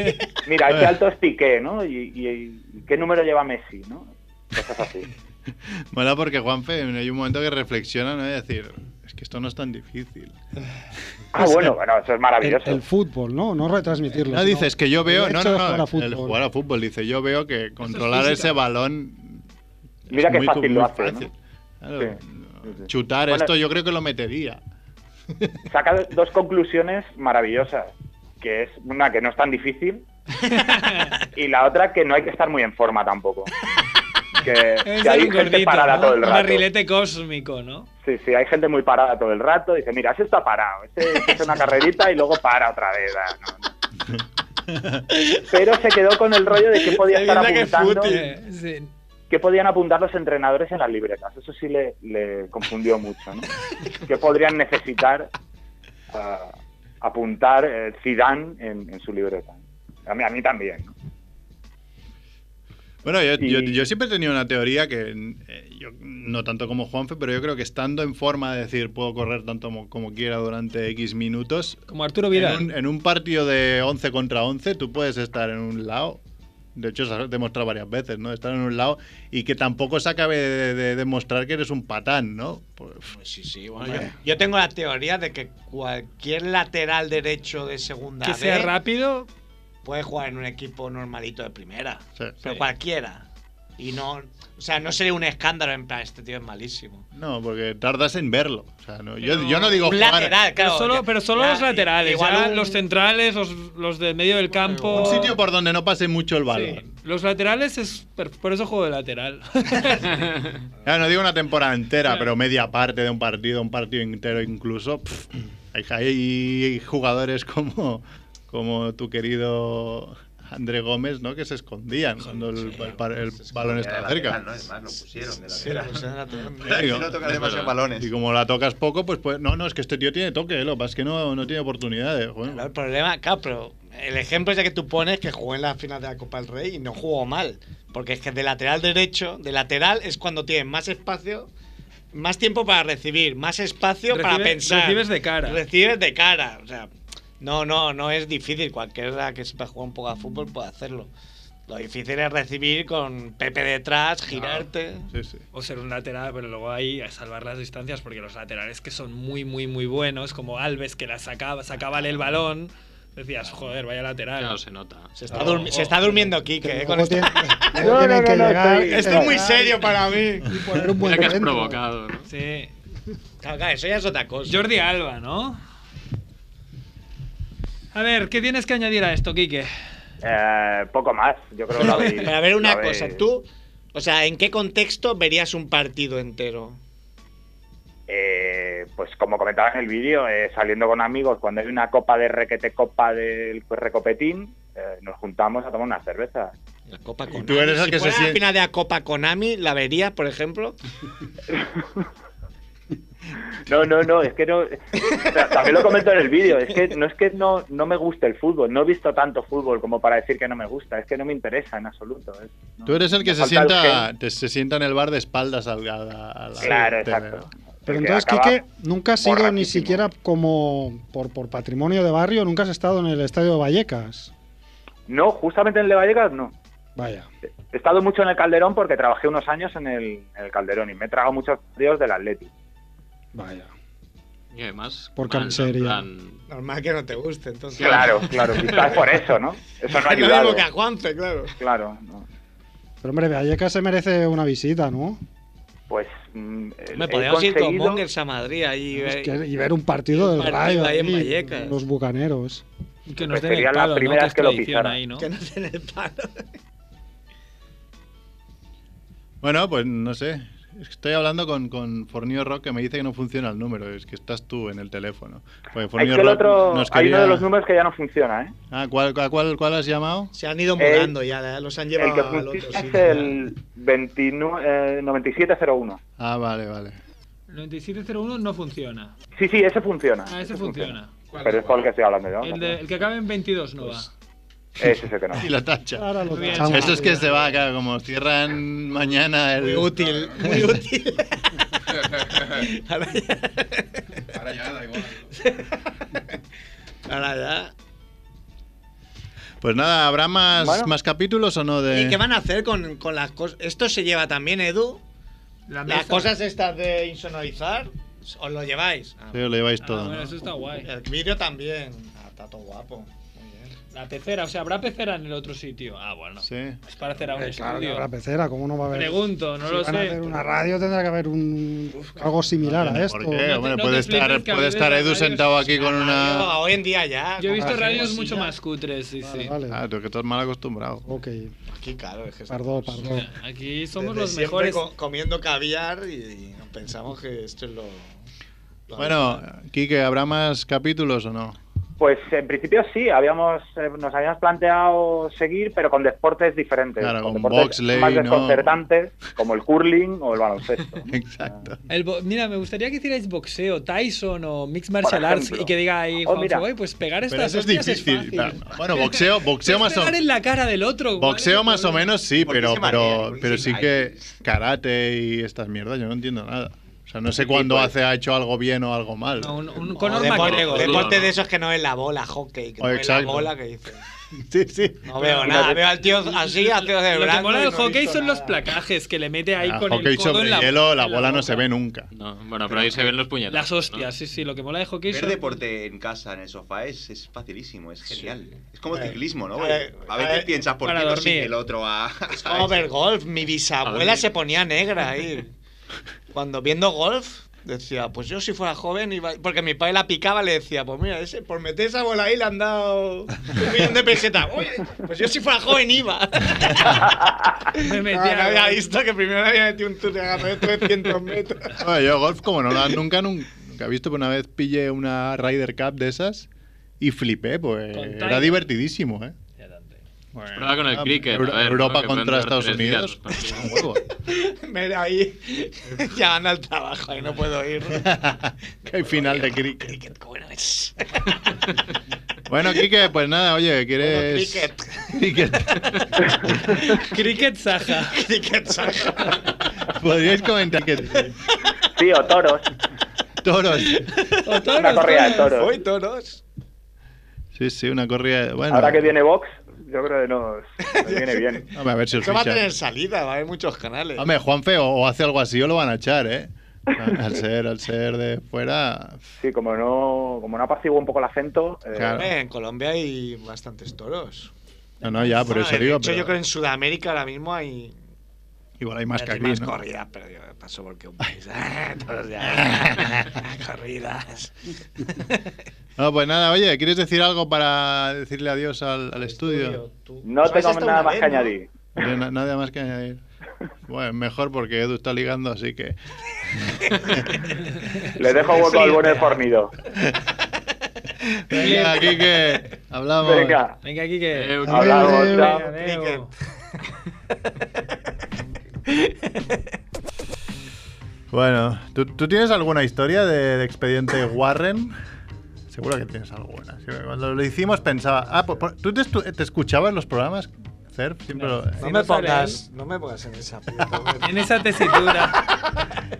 Speaker 1: sí.
Speaker 9: Mira, qué alto es Piqué, ¿no? Y, y- y qué número lleva Messi, ¿no? Cosas
Speaker 3: <laughs>
Speaker 9: así.
Speaker 4: Mola porque Juanfe, hay un momento que reflexiona ¿no? y decir, es que esto no es tan difícil.
Speaker 9: Ah, bueno, bueno, eso es
Speaker 6: El,
Speaker 9: maravilloso.
Speaker 6: el fútbol, ¿no? No retransmitirlo.
Speaker 4: No
Speaker 6: sino
Speaker 4: dices que yo veo,
Speaker 6: el
Speaker 4: no,
Speaker 6: hecho de
Speaker 4: no,
Speaker 6: jugar
Speaker 4: no,
Speaker 6: a fútbol.
Speaker 4: el jugar a fútbol, dice, yo veo que controlar
Speaker 3: física.
Speaker 4: ese balón es
Speaker 9: Mira qué
Speaker 4: muy-
Speaker 9: fácil
Speaker 4: muy
Speaker 9: lo hace, ¿no?
Speaker 4: fácil. Claro,
Speaker 9: Sí, sí, sí.
Speaker 4: Chutar
Speaker 9: Bueno,
Speaker 4: esto yo creo que lo metería.
Speaker 9: saca dos conclusiones maravillosas, que es una que no es tan
Speaker 3: <laughs>
Speaker 9: difícil y la otra que no hay que estar muy en forma
Speaker 3: <laughs>
Speaker 9: tampoco. Que,
Speaker 3: Debe
Speaker 9: que
Speaker 3: ser
Speaker 9: hay
Speaker 3: un
Speaker 9: gente
Speaker 3: gordito,
Speaker 9: parada
Speaker 3: ¿no?
Speaker 9: todo el
Speaker 3: Un
Speaker 9: rato.
Speaker 3: barrilete cósmico, ¿no?
Speaker 9: Sí, sí, hay gente muy parada todo el rato. Dice, mira, ese está parado, ese se hace una carrerita y luego para otra vez. ah, no, no.
Speaker 3: <laughs>
Speaker 9: Pero se quedó con el rollo de que podía
Speaker 1: De
Speaker 9: estar
Speaker 1: verdad que
Speaker 9: apuntando,
Speaker 1: fútil.
Speaker 3: Eh, sí.
Speaker 9: que podían apuntar los entrenadores en las libretas. Eso sí le, le confundió mucho, ¿no? Que podrían necesitar ah, apuntar eh, Zidane en, en su libreta. A mí, a mí también. ¿no?
Speaker 4: Bueno, yo,
Speaker 9: Y-
Speaker 4: yo- yo siempre he tenido una teoría que, eh, yo, no tanto como Juanfe, pero yo creo que estando en forma de decir, puedo correr tanto como, como quiera durante X minutos,
Speaker 3: <laughs> Como Arturo
Speaker 4: en
Speaker 3: Vidal.
Speaker 4: un, en un partido de 11 contra 11 tú puedes estar en un lado. De hecho, se ha demostrado varias veces, ¿no? Estar en un lado y que tampoco se acabe de, de demostrar que eres un patán, ¿no? Pues,
Speaker 1: Pues sí, sí. Bueno, yo, yo tengo la teoría de que cualquier lateral derecho de segunda
Speaker 3: Que sea
Speaker 1: B
Speaker 3: rápido.
Speaker 1: puede jugar en un equipo normalito de primera.
Speaker 4: Sí,
Speaker 1: pero
Speaker 4: sí.
Speaker 1: cualquiera. Y no. O sea, no sería un escándalo en plan, este tío es malísimo.
Speaker 4: no, porque tardas en verlo. O sea, no, yo, yo no digo
Speaker 1: un
Speaker 4: jugar-
Speaker 1: lateral, claro.
Speaker 3: pero solo,
Speaker 1: ya-
Speaker 3: pero solo
Speaker 1: ya,
Speaker 3: los laterales.
Speaker 1: igual
Speaker 3: ya
Speaker 1: un-
Speaker 3: Los centrales, los, los del medio del campo.
Speaker 4: Un sitio por donde no pase mucho el
Speaker 3: Sí,
Speaker 4: balón.
Speaker 3: Los laterales es. per- Por eso juego de lateral. <laughs>
Speaker 4: Ya, Ah, no digo una temporada entera, pero media parte de un partido, un partido entero incluso. pff, hay, hay jugadores como, como tu querido André Gómez, ¿no? Que se escondían cuando el, el- el balón estaba cerca.
Speaker 7: ¿no? Es más, lo pusieron de
Speaker 1: Sí, la
Speaker 7: lateral. <laughs>
Speaker 1: posición lateral.
Speaker 7: Para que no toca demasiados balones.
Speaker 4: Y como la tocas poco, pues, pues no, no, es que este tío tiene toque, lo que pasa es que no, no tiene oportunidades. Bueno,
Speaker 1: Claro, el problema, claro, pero el ejemplo es el que tú pones que jugó en la final de la Copa del Rey y no jugó mal. Porque es que de lateral derecho, de lateral es cuando tienes más espacio, más tiempo para recibir, más espacio para
Speaker 3: Recibe-
Speaker 1: pensar.
Speaker 3: recibes de cara.
Speaker 1: Recibes de cara. O sea, no, no, no es difícil. Cualquiera que sepa jugar un poco a fútbol puede hacerlo. Lo difícil es recibir con Pepe detrás, girarte.
Speaker 4: sí, sí.
Speaker 3: O ser un lateral, pero luego ahí a salvar las distancias, porque los laterales que son muy, muy, muy buenos, como Alves, que la sacaba, sacaba el balón, decías, joder, vaya lateral.
Speaker 2: Claro, se nota.
Speaker 1: Se está, durmi- se está durmiendo Kike, eh, con
Speaker 6: Luego
Speaker 1: esto.
Speaker 9: <laughs>
Speaker 6: tiene- luego
Speaker 9: No, no,
Speaker 6: tienen
Speaker 9: no,
Speaker 6: que
Speaker 9: no,
Speaker 6: llegar
Speaker 9: estoy-
Speaker 6: y
Speaker 1: <laughs> Esto es muy
Speaker 6: pegar
Speaker 1: serio para mí.
Speaker 6: y poner un buen
Speaker 2: Mira que has
Speaker 6: centro.
Speaker 4: ¿eh?
Speaker 2: provocado, ¿no?
Speaker 3: Sí.
Speaker 1: Claro, claro, eso ya es otra cosa.
Speaker 3: Jordi Alba, ¿no? A ver, ¿qué tienes que añadir a esto, Quique?
Speaker 9: Eh, poco más, yo creo que lo habéis-
Speaker 1: Pero <laughs> a ver una
Speaker 9: lo habéis-
Speaker 1: cosa, tú, o sea, ¿en qué contexto verías un partido entero?
Speaker 9: Eh, pues como comentaba en el vídeo, eh, saliendo con amigos, cuando hay una copa de requete copa del recopetín, eh, nos juntamos a tomar unas cervezas.
Speaker 1: La Copa
Speaker 4: Y
Speaker 1: Konami.
Speaker 4: tú eres el
Speaker 1: Si
Speaker 4: que se
Speaker 1: fuera la
Speaker 4: siente-
Speaker 1: final de la Copa Konami, ¿la verías, por ejemplo?
Speaker 9: No, no, no, es que no. o sea, también lo comento en el vídeo, es que no es que no, no me guste el fútbol, no he visto tanto fútbol como para decir que no me gusta, es que no me interesa en absoluto. es- no.
Speaker 4: Tú eres el que
Speaker 9: Me
Speaker 4: se
Speaker 9: falta el
Speaker 4: sienta,
Speaker 9: gen.
Speaker 4: te- se sienta en el bar de espaldas al, a la- a la
Speaker 9: Claro,
Speaker 4: tele, ¿no?
Speaker 9: exacto. Porque
Speaker 6: Pero entonces,
Speaker 9: acaba
Speaker 6: Quique, nunca has sido ni
Speaker 9: borrachísimo.
Speaker 6: siquiera como por, por patrimonio de barrio, nunca has estado en el estadio de Vallecas.
Speaker 9: No, justamente en el de Vallecas no.
Speaker 6: Vaya.
Speaker 9: He estado mucho en el Calderón porque trabajé unos años en el, en el Calderón y me he tragado muchos partidos del Atlético.
Speaker 6: Vaya.
Speaker 2: Y además,
Speaker 6: Por
Speaker 2: plan-
Speaker 6: camisería.
Speaker 2: plan-
Speaker 1: Normal que no te guste, entonces.
Speaker 9: Claro, claro, quizás por eso, ¿no?
Speaker 4: <laughs>
Speaker 9: Eso no ha
Speaker 1: Es <laughs> lo mismo
Speaker 9: ayudado.
Speaker 1: que a Juanfe, claro.
Speaker 9: Claro, no.
Speaker 6: Pero hombre, Vallecas se merece una visita, ¿no?
Speaker 9: Pues mm, eh,
Speaker 1: Me
Speaker 9: he
Speaker 1: podríamos ir con
Speaker 9: conseguido-
Speaker 1: Mongers a Madrid allí.
Speaker 6: Es
Speaker 1: eh.
Speaker 6: que- y ver un partido
Speaker 1: un
Speaker 6: del
Speaker 1: partido
Speaker 6: Rayo
Speaker 1: ahí en
Speaker 6: allí,
Speaker 1: Vallecas.
Speaker 6: los bucaneros.
Speaker 3: Que
Speaker 9: Pues
Speaker 3: nos den el
Speaker 9: sería la
Speaker 3: palo, ¿no?
Speaker 9: primera
Speaker 3: Que
Speaker 9: vez
Speaker 3: es
Speaker 9: que lo
Speaker 3: tradición
Speaker 9: pisara.
Speaker 3: ahí, ¿no?
Speaker 1: Que no tiene el palo.
Speaker 4: Bueno, pues no sé. Es que Estoy hablando con, con Fornillo Rock que me dice que no funciona el número. Es que estás tú en el teléfono. Porque
Speaker 9: Es
Speaker 4: Fornillo
Speaker 9: que el
Speaker 4: Rock
Speaker 9: otro,
Speaker 4: nos
Speaker 9: hay uno
Speaker 4: quería-
Speaker 9: de los números que ya no funciona, ¿eh?
Speaker 4: Ah, ¿cuál, a cuál, cuál has llamado?
Speaker 1: <laughs> Se han ido
Speaker 9: Eh,
Speaker 1: mudando ya, eh, los han
Speaker 9: El que
Speaker 1: llevado al otro
Speaker 9: funciona es
Speaker 1: sitio.
Speaker 9: el 29, eh, 9701.
Speaker 4: Ah, vale, vale.
Speaker 3: 9701 no funciona.
Speaker 9: Sí, sí, ese funciona.
Speaker 3: Ah, ese
Speaker 9: ese
Speaker 3: funciona.
Speaker 9: Pero es con el que estoy hablando yo.
Speaker 3: El,
Speaker 4: pues.
Speaker 3: de- el que acaba en 22
Speaker 6: Pues,
Speaker 3: no va.
Speaker 9: Ese es el que no.
Speaker 4: Y la tacha.
Speaker 6: Ahora lo
Speaker 3: Muy bien.
Speaker 6: tachamos.
Speaker 4: Eso es que se va, claro, como cierran mañana
Speaker 1: Muy
Speaker 4: el...
Speaker 1: útil, muy <laughs> útil. Ahora ya.
Speaker 10: Ahora ya da igual.
Speaker 1: Ahora ya.
Speaker 4: Pues nada, ¿habrá más,
Speaker 9: Bueno.
Speaker 4: más capítulos o no de...?
Speaker 1: ¿Y qué van a hacer con, con las cosas? ¿Esto se lleva también, Edu? Las cosas estas de insonorizar, ¿os lo lleváis? Ah,
Speaker 4: Sí, lo lleváis
Speaker 3: Ah,
Speaker 4: todo,
Speaker 3: bueno,
Speaker 4: ¿no?
Speaker 3: eso está guay.
Speaker 1: El vídeo también. Ah, está todo guapo. Muy bien.
Speaker 3: La pecera, o sea, ¿habrá pecera en el otro sitio? Ah, bueno.
Speaker 4: Sí.
Speaker 3: Es para hacer a un
Speaker 6: Eh, Claro,
Speaker 3: estudio.
Speaker 6: la pecera, ¿cómo no va a haber?
Speaker 3: Pregunto, no
Speaker 6: Si
Speaker 3: lo
Speaker 6: van a
Speaker 3: sé.
Speaker 6: hacer una radio tendrá que haber un, algo similar a esto.
Speaker 4: ¿Por qué?
Speaker 3: No te-
Speaker 4: Hombre,
Speaker 3: no
Speaker 4: puede
Speaker 3: te
Speaker 4: estar,
Speaker 3: flipes que a
Speaker 4: puede
Speaker 3: veces
Speaker 4: estar
Speaker 3: la
Speaker 4: Edu
Speaker 3: radio es
Speaker 4: sentado aquí con una...
Speaker 1: Ah, hoy en día ya.
Speaker 3: Yo he visto
Speaker 1: con la
Speaker 3: radios
Speaker 1: tecnología.
Speaker 3: mucho más cutres, sí,
Speaker 6: Vale,
Speaker 3: sí.
Speaker 6: vale.
Speaker 4: Ah, tú que estás mal acostumbrado.
Speaker 6: Ok,
Speaker 1: Aquí, claro, es que
Speaker 6: perdón,
Speaker 1: estamos
Speaker 6: perdón.
Speaker 3: Aquí somos
Speaker 1: desde
Speaker 3: los
Speaker 1: siempre
Speaker 3: mejores.
Speaker 1: co- comiendo caviar y, y pensamos que esto es lo. lo
Speaker 4: Bueno, Quique, ¿habrá más capítulos o no?
Speaker 9: Pues en principio sí, habíamos, eh, nos habíamos planteado seguir, pero con deportes diferentes.
Speaker 4: Claro, con
Speaker 9: deportes
Speaker 4: bobsleigh,
Speaker 9: más
Speaker 4: ¿no?
Speaker 9: desconcertantes, como el curling o el baloncesto. ¿no?
Speaker 4: Exacto.
Speaker 3: El bo- mira, me gustaría que hicierais boxeo, Tyson o Mixed Martial
Speaker 9: Por
Speaker 3: Arts
Speaker 9: ejemplo.
Speaker 3: y que diga ahí,
Speaker 9: Oh,
Speaker 3: Juanfo,
Speaker 9: mira.
Speaker 3: "Oye, pues pegar
Speaker 4: Pero
Speaker 3: estas
Speaker 4: eso es
Speaker 3: hostias
Speaker 4: difícil.
Speaker 3: es fácil.
Speaker 4: tal. Bueno, boxeo, boxeo más
Speaker 3: Puedes
Speaker 4: o
Speaker 3: pegar en la cara del otro. ¿cuál es
Speaker 4: Boxeo
Speaker 3: el
Speaker 4: más o
Speaker 3: problema?
Speaker 4: menos sí,
Speaker 7: Porque
Speaker 4: pero,
Speaker 7: se marea,
Speaker 4: pero,
Speaker 7: porque
Speaker 4: pero
Speaker 7: se
Speaker 4: sí que karate y estas mierdas, yo no entiendo nada. O sea, no
Speaker 3: Pues
Speaker 4: sé cuándo hace ha hecho algo bien o algo mal.
Speaker 3: No, un, un
Speaker 1: O
Speaker 3: Conor
Speaker 1: deporte,
Speaker 3: McGregor.
Speaker 1: deporte de esos que no es la bola, hockey. Que
Speaker 4: Oh,
Speaker 1: no es la
Speaker 4: exacto.
Speaker 1: bola que dice.
Speaker 4: <laughs> Sí, sí.
Speaker 1: No veo nada, veo al tío así, al tío de
Speaker 3: Lo que
Speaker 1: blanco.
Speaker 3: mola
Speaker 1: y
Speaker 3: del
Speaker 1: no he
Speaker 3: hockey
Speaker 1: visto
Speaker 3: son los
Speaker 1: nada.
Speaker 3: placajes que le mete ahí
Speaker 4: Ah,
Speaker 3: con
Speaker 4: hockey
Speaker 3: el codo
Speaker 4: sobre
Speaker 3: en la
Speaker 4: hielo, la
Speaker 3: en
Speaker 4: bola no se
Speaker 3: boca.
Speaker 4: ve nunca.
Speaker 2: No, bueno, pero ahí se ven los puñetazos.
Speaker 3: Las
Speaker 2: ¿no?
Speaker 3: hostias, sí, sí, lo que mola de
Speaker 7: <laughs>
Speaker 3: hockey
Speaker 7: Ver
Speaker 3: son
Speaker 7: deporte en casa, en el sofá, es, es facilísimo, es genial. Es como
Speaker 1: Eh,
Speaker 7: ciclismo, ¿no?
Speaker 1: eh,
Speaker 7: a veces
Speaker 1: eh,
Speaker 7: piensas por
Speaker 3: para
Speaker 7: qué no sigue
Speaker 3: dormir.
Speaker 7: el otro a.
Speaker 1: Es como ver golf. Mi bisabuela
Speaker 2: dormir.
Speaker 1: se ponía negra ahí. Cuando viendo golf, decía, pues yo si fuera joven iba. Porque mi padre la picaba, le decía, pues mira, ese, por meter esa bola ahí le han dado un millón de pesetas. Oye, pues yo si fuera joven
Speaker 3: <laughs>
Speaker 1: iba.
Speaker 3: <laughs> me
Speaker 1: No,
Speaker 3: metía
Speaker 1: Ah, no había visto que primero le había metido un turregazo de 300 metros.
Speaker 4: Bueno, yo golf como no lo han nunca, nun- nunca he visto, pero una vez pillé una Ryder Cup de esas y flipé, pues
Speaker 3: Con
Speaker 4: era
Speaker 3: Tiger.
Speaker 4: divertidísimo, ¿eh.
Speaker 2: Es
Speaker 1: <laughs>
Speaker 2: verdad con el cricket. a
Speaker 4: Ah, Euro-
Speaker 2: ver, ¿no?
Speaker 4: Europa
Speaker 2: Que pueden
Speaker 4: contra
Speaker 2: durar
Speaker 4: Estados
Speaker 2: tres días
Speaker 4: Unidos.
Speaker 2: los partidos.
Speaker 4: <laughs> Un huevo.
Speaker 1: Mira ahí, <laughs> llamando al trabajo, ahí no puedo ir.
Speaker 4: Que hay final de cricket.
Speaker 1: Cricket, qué bueno es.
Speaker 4: Bueno, Quique, pues nada, oye, ¿quieres...?
Speaker 1: Bueno,
Speaker 4: Cricket.
Speaker 3: Cricket Saja.
Speaker 1: <laughs> Cricket, saca.
Speaker 4: ¿Podríais comentar que
Speaker 9: Sí, o toros.
Speaker 7: <laughs>
Speaker 4: toros?
Speaker 3: O toros,
Speaker 9: Una corrida de
Speaker 3: toros.
Speaker 9: toros.
Speaker 1: Hoy toros.
Speaker 4: Sí, sí, una corrida. Bueno,
Speaker 9: Ahora que viene Vox, yo creo
Speaker 4: <laughs>
Speaker 9: que nos, nos viene bien.
Speaker 4: Hombre, a ver si os
Speaker 1: Esto va a
Speaker 4: fichan.
Speaker 1: tener salida, va a haber muchos canales.
Speaker 4: Hombre, Juanfe o, o hace algo así o lo van a echar, ¿eh? Al ser, al ser de fuera.
Speaker 9: Sí, como no, como no apacigua un poco el acento. eh,
Speaker 4: Claro.
Speaker 1: Eh, en Colombia hay bastantes toros.
Speaker 4: No, no, ya, por
Speaker 1: Bueno,
Speaker 4: eso
Speaker 1: Ah, de
Speaker 4: digo.
Speaker 1: hecho,
Speaker 4: pero
Speaker 1: yo creo que en Sudamérica ahora mismo hay
Speaker 4: Igual hay más que
Speaker 1: hay
Speaker 4: aquí,
Speaker 1: más
Speaker 4: ¿no?
Speaker 1: corridas, pero yo paso porque un país. <laughs> Ah, todos ya.
Speaker 4: <laughs>
Speaker 1: corridas.
Speaker 4: No, pues nada, oye, ¿quieres decir algo para decirle adiós al, al estudio?
Speaker 9: No tengo nada más que añadir.
Speaker 4: No hay na- Nada más que añadir. Bueno, mejor porque Edu está ligando, así que.
Speaker 9: Le dejo hueco al buen fornido.
Speaker 4: <laughs> Venga, Quique, hablamos.
Speaker 9: Venga,
Speaker 3: Venga, aquí
Speaker 2: Eh,
Speaker 3: que.
Speaker 9: hablamos.
Speaker 6: Adiós,
Speaker 9: chao.
Speaker 4: Bueno, ¿tú, tú tienes alguna historia de, de expediente Warren? Seguro que tienes alguna. Sí, Cuando lo hicimos pensaba. Ah, por- por- ¿tú te, estu- te escuchabas los programas, Cerf? Siempre lo-
Speaker 1: No
Speaker 3: Si
Speaker 1: me
Speaker 3: no sale
Speaker 1: pongas, no me pongas en
Speaker 3: <laughs>
Speaker 1: esa puta.
Speaker 3: En esa tesitura.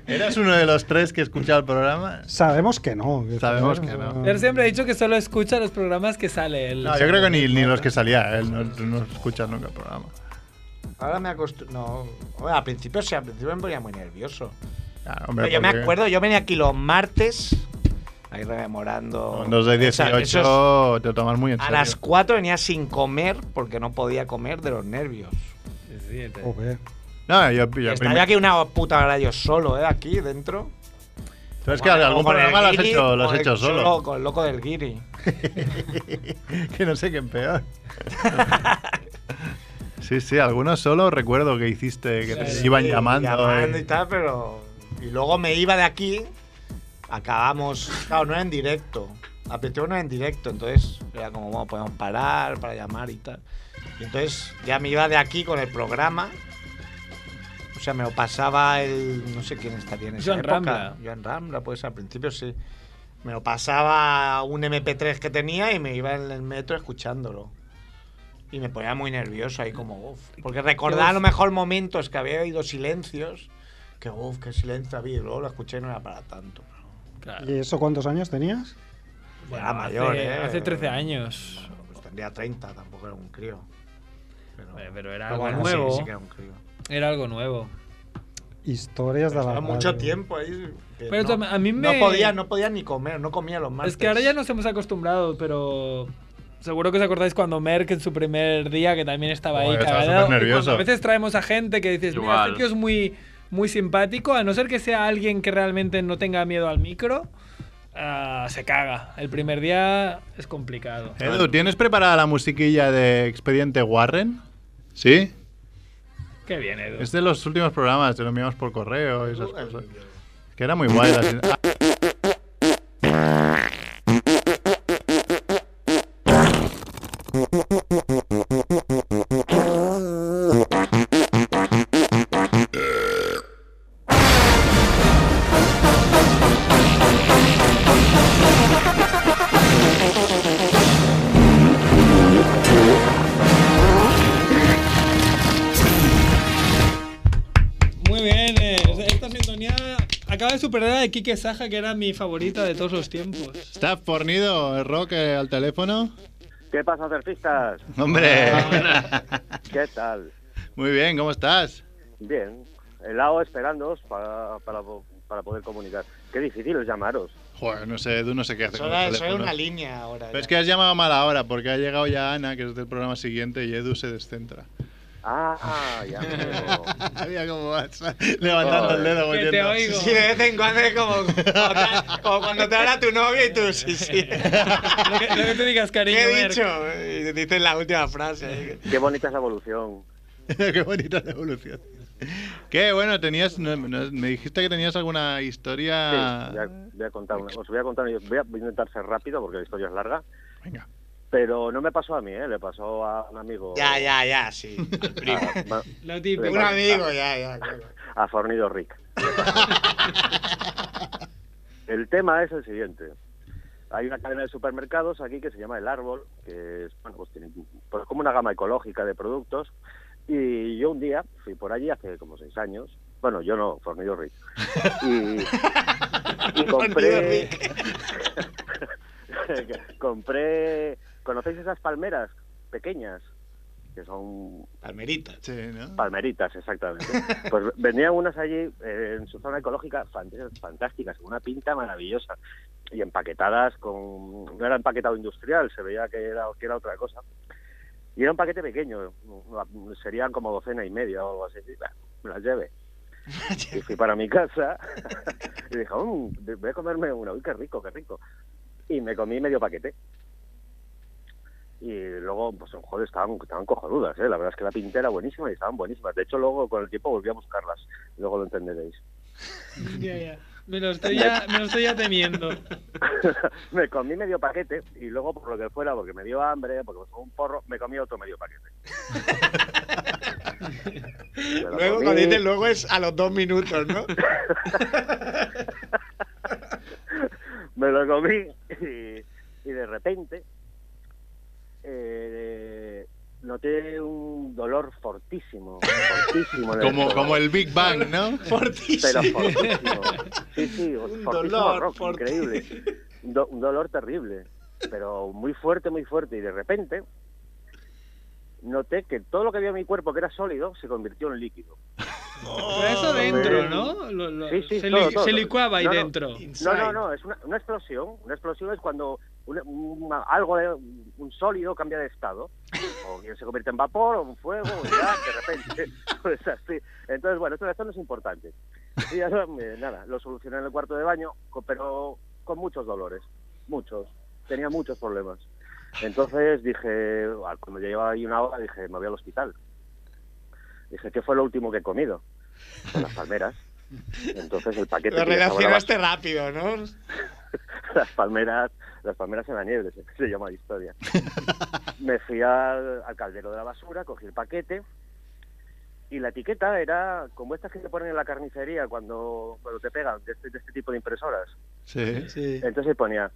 Speaker 4: ¿Eras uno de los tres que escuchaba el programa?
Speaker 6: Sabemos que no.
Speaker 4: Sabemos que no.
Speaker 3: Él siempre ha dicho que solo escucha los programas que sale él.
Speaker 4: No, yo creo que ni, ni los que salía. Él no, tú no escuchas nunca el programa.
Speaker 1: Ahora me acostumbro. No, hombre, al principio sí, al principio me ponía muy nervioso.
Speaker 4: Claro,
Speaker 1: Pero
Speaker 4: hombre,
Speaker 1: yo me
Speaker 4: porque-
Speaker 1: acuerdo, yo venía aquí los martes ahí rememorando.
Speaker 4: Cuando es de
Speaker 1: Esa-
Speaker 4: 18
Speaker 1: esos-
Speaker 4: te lo tomas muy en
Speaker 1: a
Speaker 4: serio.
Speaker 1: las 4 venía sin comer porque no podía comer de los nervios.
Speaker 4: No, yo, yo
Speaker 1: Estaría
Speaker 4: primero-
Speaker 1: aquí una puta hora yo solo, ¿eh? Aquí dentro.
Speaker 4: Tú es que algún
Speaker 1: con el
Speaker 4: programa lo has
Speaker 1: guiri,
Speaker 4: hecho, lo has
Speaker 1: con el
Speaker 4: hecho solo.
Speaker 1: Con el loco del guiri.
Speaker 4: <laughs> que no sé qué es peor. sí, sí, algunos solo recuerdo que hiciste, que te
Speaker 1: Sí,
Speaker 4: iban
Speaker 1: sí,
Speaker 4: llamando.
Speaker 1: llamando
Speaker 4: eh.
Speaker 1: y tal, pero. Y luego me iba de aquí. Acabamos. Claro, no era en directo. A principio no era en directo, entonces era como, bueno, podemos parar para llamar y tal. Y entonces ya me iba de aquí con el programa. O sea, me lo pasaba el. No sé quién estaría en esa
Speaker 3: Joan
Speaker 1: época.
Speaker 3: Rambla.
Speaker 1: Joan Rambla, pues al principio sí. Me lo pasaba un MP3 que tenía y me iba en el metro escuchándolo. Y me ponía muy nervioso ahí como, uff. Porque recordaba a lo mejor momentos que había oído silencios. Que uff, qué silencio había. Y luego lo escuché y no era para tanto.
Speaker 6: ¿Y eso cuántos años tenías?
Speaker 1: era mayor,
Speaker 3: hace,
Speaker 1: ¿eh?
Speaker 3: hace 13 años.
Speaker 1: Pues tendría 30, tampoco era un crío. Pero,
Speaker 3: Pero era
Speaker 1: pero
Speaker 3: algo
Speaker 1: bueno, sí,
Speaker 3: nuevo.
Speaker 1: Sí, que era un crío.
Speaker 3: Era algo nuevo.
Speaker 6: Historias de la
Speaker 1: Era mucho
Speaker 6: radio.
Speaker 1: tiempo ahí. que
Speaker 3: Pero
Speaker 1: no,
Speaker 3: tam- a mí me-
Speaker 1: No podía, no podía ni comer, no comía los martes.
Speaker 3: Es que ahora ya nos hemos acostumbrado, pero seguro que os acordáis cuando Merck en su primer día, que también estaba ahí
Speaker 4: Joder, estaba súper
Speaker 3: cagado. Y cuando
Speaker 4: nervioso.
Speaker 3: A veces traemos a gente que dices, mira,
Speaker 2: Igual.
Speaker 3: este tío es muy, muy simpático, a no ser que sea alguien que realmente no tenga miedo al micro, ah, se caga. El primer día es complicado.
Speaker 4: Edu, ¿tienes preparada la musiquilla de Expediente Warren? Sí.
Speaker 3: Qué bien, Edu.
Speaker 4: Es de los últimos programas, te lo enviamos por correo y esas cosas. Que era muy guay. <laughs> las- Ah,
Speaker 3: Muy bien, eh, esta sintonía acaba de superar a la de Kike Saja, que era mi favorita de todos los tiempos.
Speaker 4: ¿Está fornido el rock eh, al teléfono?
Speaker 11: ¿Qué pasa, surfistas?
Speaker 4: Hombre.
Speaker 11: ¿Qué tal?
Speaker 4: muy bien, ¿cómo estás?
Speaker 11: Bien, helado esperándoos para, para, para poder comunicar. Qué difícil es llamaros.
Speaker 4: Joder, no sé, Edu no sé qué hace. con los
Speaker 1: Soy, soy
Speaker 4: teléfonos.
Speaker 1: una ¿eh? línea ahora.
Speaker 4: Pero es que has llamado a mala hora porque ha llegado ya Ana, que es del programa siguiente, y Edu se descentra.
Speaker 11: Ah, ya
Speaker 4: <laughs>
Speaker 11: veo.
Speaker 4: Mira cómo vas. ¿eh? Levantando el dedo,
Speaker 1: Que te
Speaker 4: volviendo. <laughs>
Speaker 1: oigo. Sí, de vez en cuando es como, como, cuando te habla tu novia y tú,
Speaker 3: <laughs>
Speaker 1: sí, sí. lo,
Speaker 3: que, te digas, cariño.
Speaker 1: ¿Qué he
Speaker 11: Merck.
Speaker 1: dicho? Y dices la última frase.
Speaker 11: Qué bonita es la evolución.
Speaker 4: Qué bonita la evolución. Qué bueno, tenías, no- no- me dijiste que tenías alguna
Speaker 11: Sí,
Speaker 1: Ah.
Speaker 4: historia.
Speaker 11: voy, a, voy a contar una- os voy a contar, voy a intentar ser rápido porque la historia es larga.
Speaker 4: Venga.
Speaker 11: Pero no me pasó a mí, ¿eh? le pasó a un amigo.
Speaker 1: Ya, ya,
Speaker 3: <laughs>
Speaker 1: ya, sí.
Speaker 11: A, ma-
Speaker 3: Lo
Speaker 11: típico.
Speaker 1: Un amigo, ya, ya. claro.
Speaker 11: a Fornido Rick. el tema es el siguiente. Hay una cadena de supermercados aquí que se llama El Árbol, que es bueno, pues tiene- pues como una gama ecológica de productos. Y yo un día fui por allí hace como seis años. Bueno, yo no, Fornido Rick. Y, y compré. <laughs> compré. ¿Conocéis esas palmeras pequeñas? Que son
Speaker 1: Palmeritas.
Speaker 4: Sí, ¿no?
Speaker 11: Palmeritas, exactamente. <laughs> Pues vendían unas allí eh, en su zona ecológica fant- fantásticas, con una pinta maravillosa y empaquetadas con... No era empaquetado industrial, se veía que era, que era otra cosa. Y era un paquete pequeño, mm, serían como docena y media o algo así. Y, bah, me las llevé. Y fui para mi casa <laughs> y dije, "Mm, voy a comerme una, uy, qué rico, qué rico. Y me comí medio paquete. Y luego, pues, joder, estaban, estaban cojonudas, ¿eh? La verdad es que la pinta era buenísima y estaban buenísimas. De hecho, luego con el tiempo volví a buscarlas. Luego lo
Speaker 1: <laughs>
Speaker 11: entenderéis.
Speaker 3: Ya, ya. Me lo estoy ya, me lo estoy ya
Speaker 11: <laughs>
Speaker 3: temiendo.
Speaker 11: me comí medio paquete y luego, por lo que fuera, porque me dio hambre, porque me fumé un porro, me comí otro medio
Speaker 1: <laughs>
Speaker 11: paquete. Me lo
Speaker 1: Luego,
Speaker 11: comí.
Speaker 1: cuando dices luego es a los dos minutos, ¿no?
Speaker 11: me lo comí y, y de repente eh, noté un dolor fortísimo, fortísimo. en el
Speaker 4: Como,
Speaker 11: estómago.
Speaker 4: como el Big Bang, ¿no?
Speaker 11: Pero fortísimo. Sí, sí, fortísimo
Speaker 4: dolor
Speaker 11: rock,
Speaker 4: forti-
Speaker 11: increíble. Un, do- un dolor terrible, pero muy fuerte, muy fuerte. Y de repente noté que todo lo que había en mi cuerpo, que era sólido, se convirtió en líquido.
Speaker 3: Pero eso dentro, ¿no? Lo- lo-
Speaker 11: Sí, sí,
Speaker 3: se,
Speaker 11: todo,
Speaker 3: li-
Speaker 11: todo,
Speaker 3: se
Speaker 11: todo.
Speaker 3: licuaba ahí
Speaker 11: No, no.
Speaker 3: dentro.
Speaker 11: No, no, no, es una, una explosión. Una explosión es cuando una- un- algo, de- un sólido cambia de estado. O bien se convierte en vapor o en fuego, o en gas, de repente. <laughs> Pues así. Entonces, bueno, esto, esto no es importante. Y ya, eh, nada, lo solucioné en el cuarto de baño, co- pero con muchos dolores. Muchos. Tenía muchos problemas. Entonces dije, al- cuando ya llevaba ahí una hora, dije, me voy al hospital. Dije, ¿qué fue lo último que he comido? Con las palmeras. Entonces el paquete...
Speaker 1: Lo
Speaker 11: que llevaba la
Speaker 1: relacionaste rápido, ¿no? <laughs>
Speaker 11: <laughs> las palmeras, las palmeras en la nieve, <laughs> se, se llama la historia. Me fui al, al caldero de la basura, cogí el paquete y la etiqueta era como estas que te ponen en la carnicería cuando, cuando te pegan de este, de este tipo de impresoras.
Speaker 4: Sí.
Speaker 11: Entonces ponía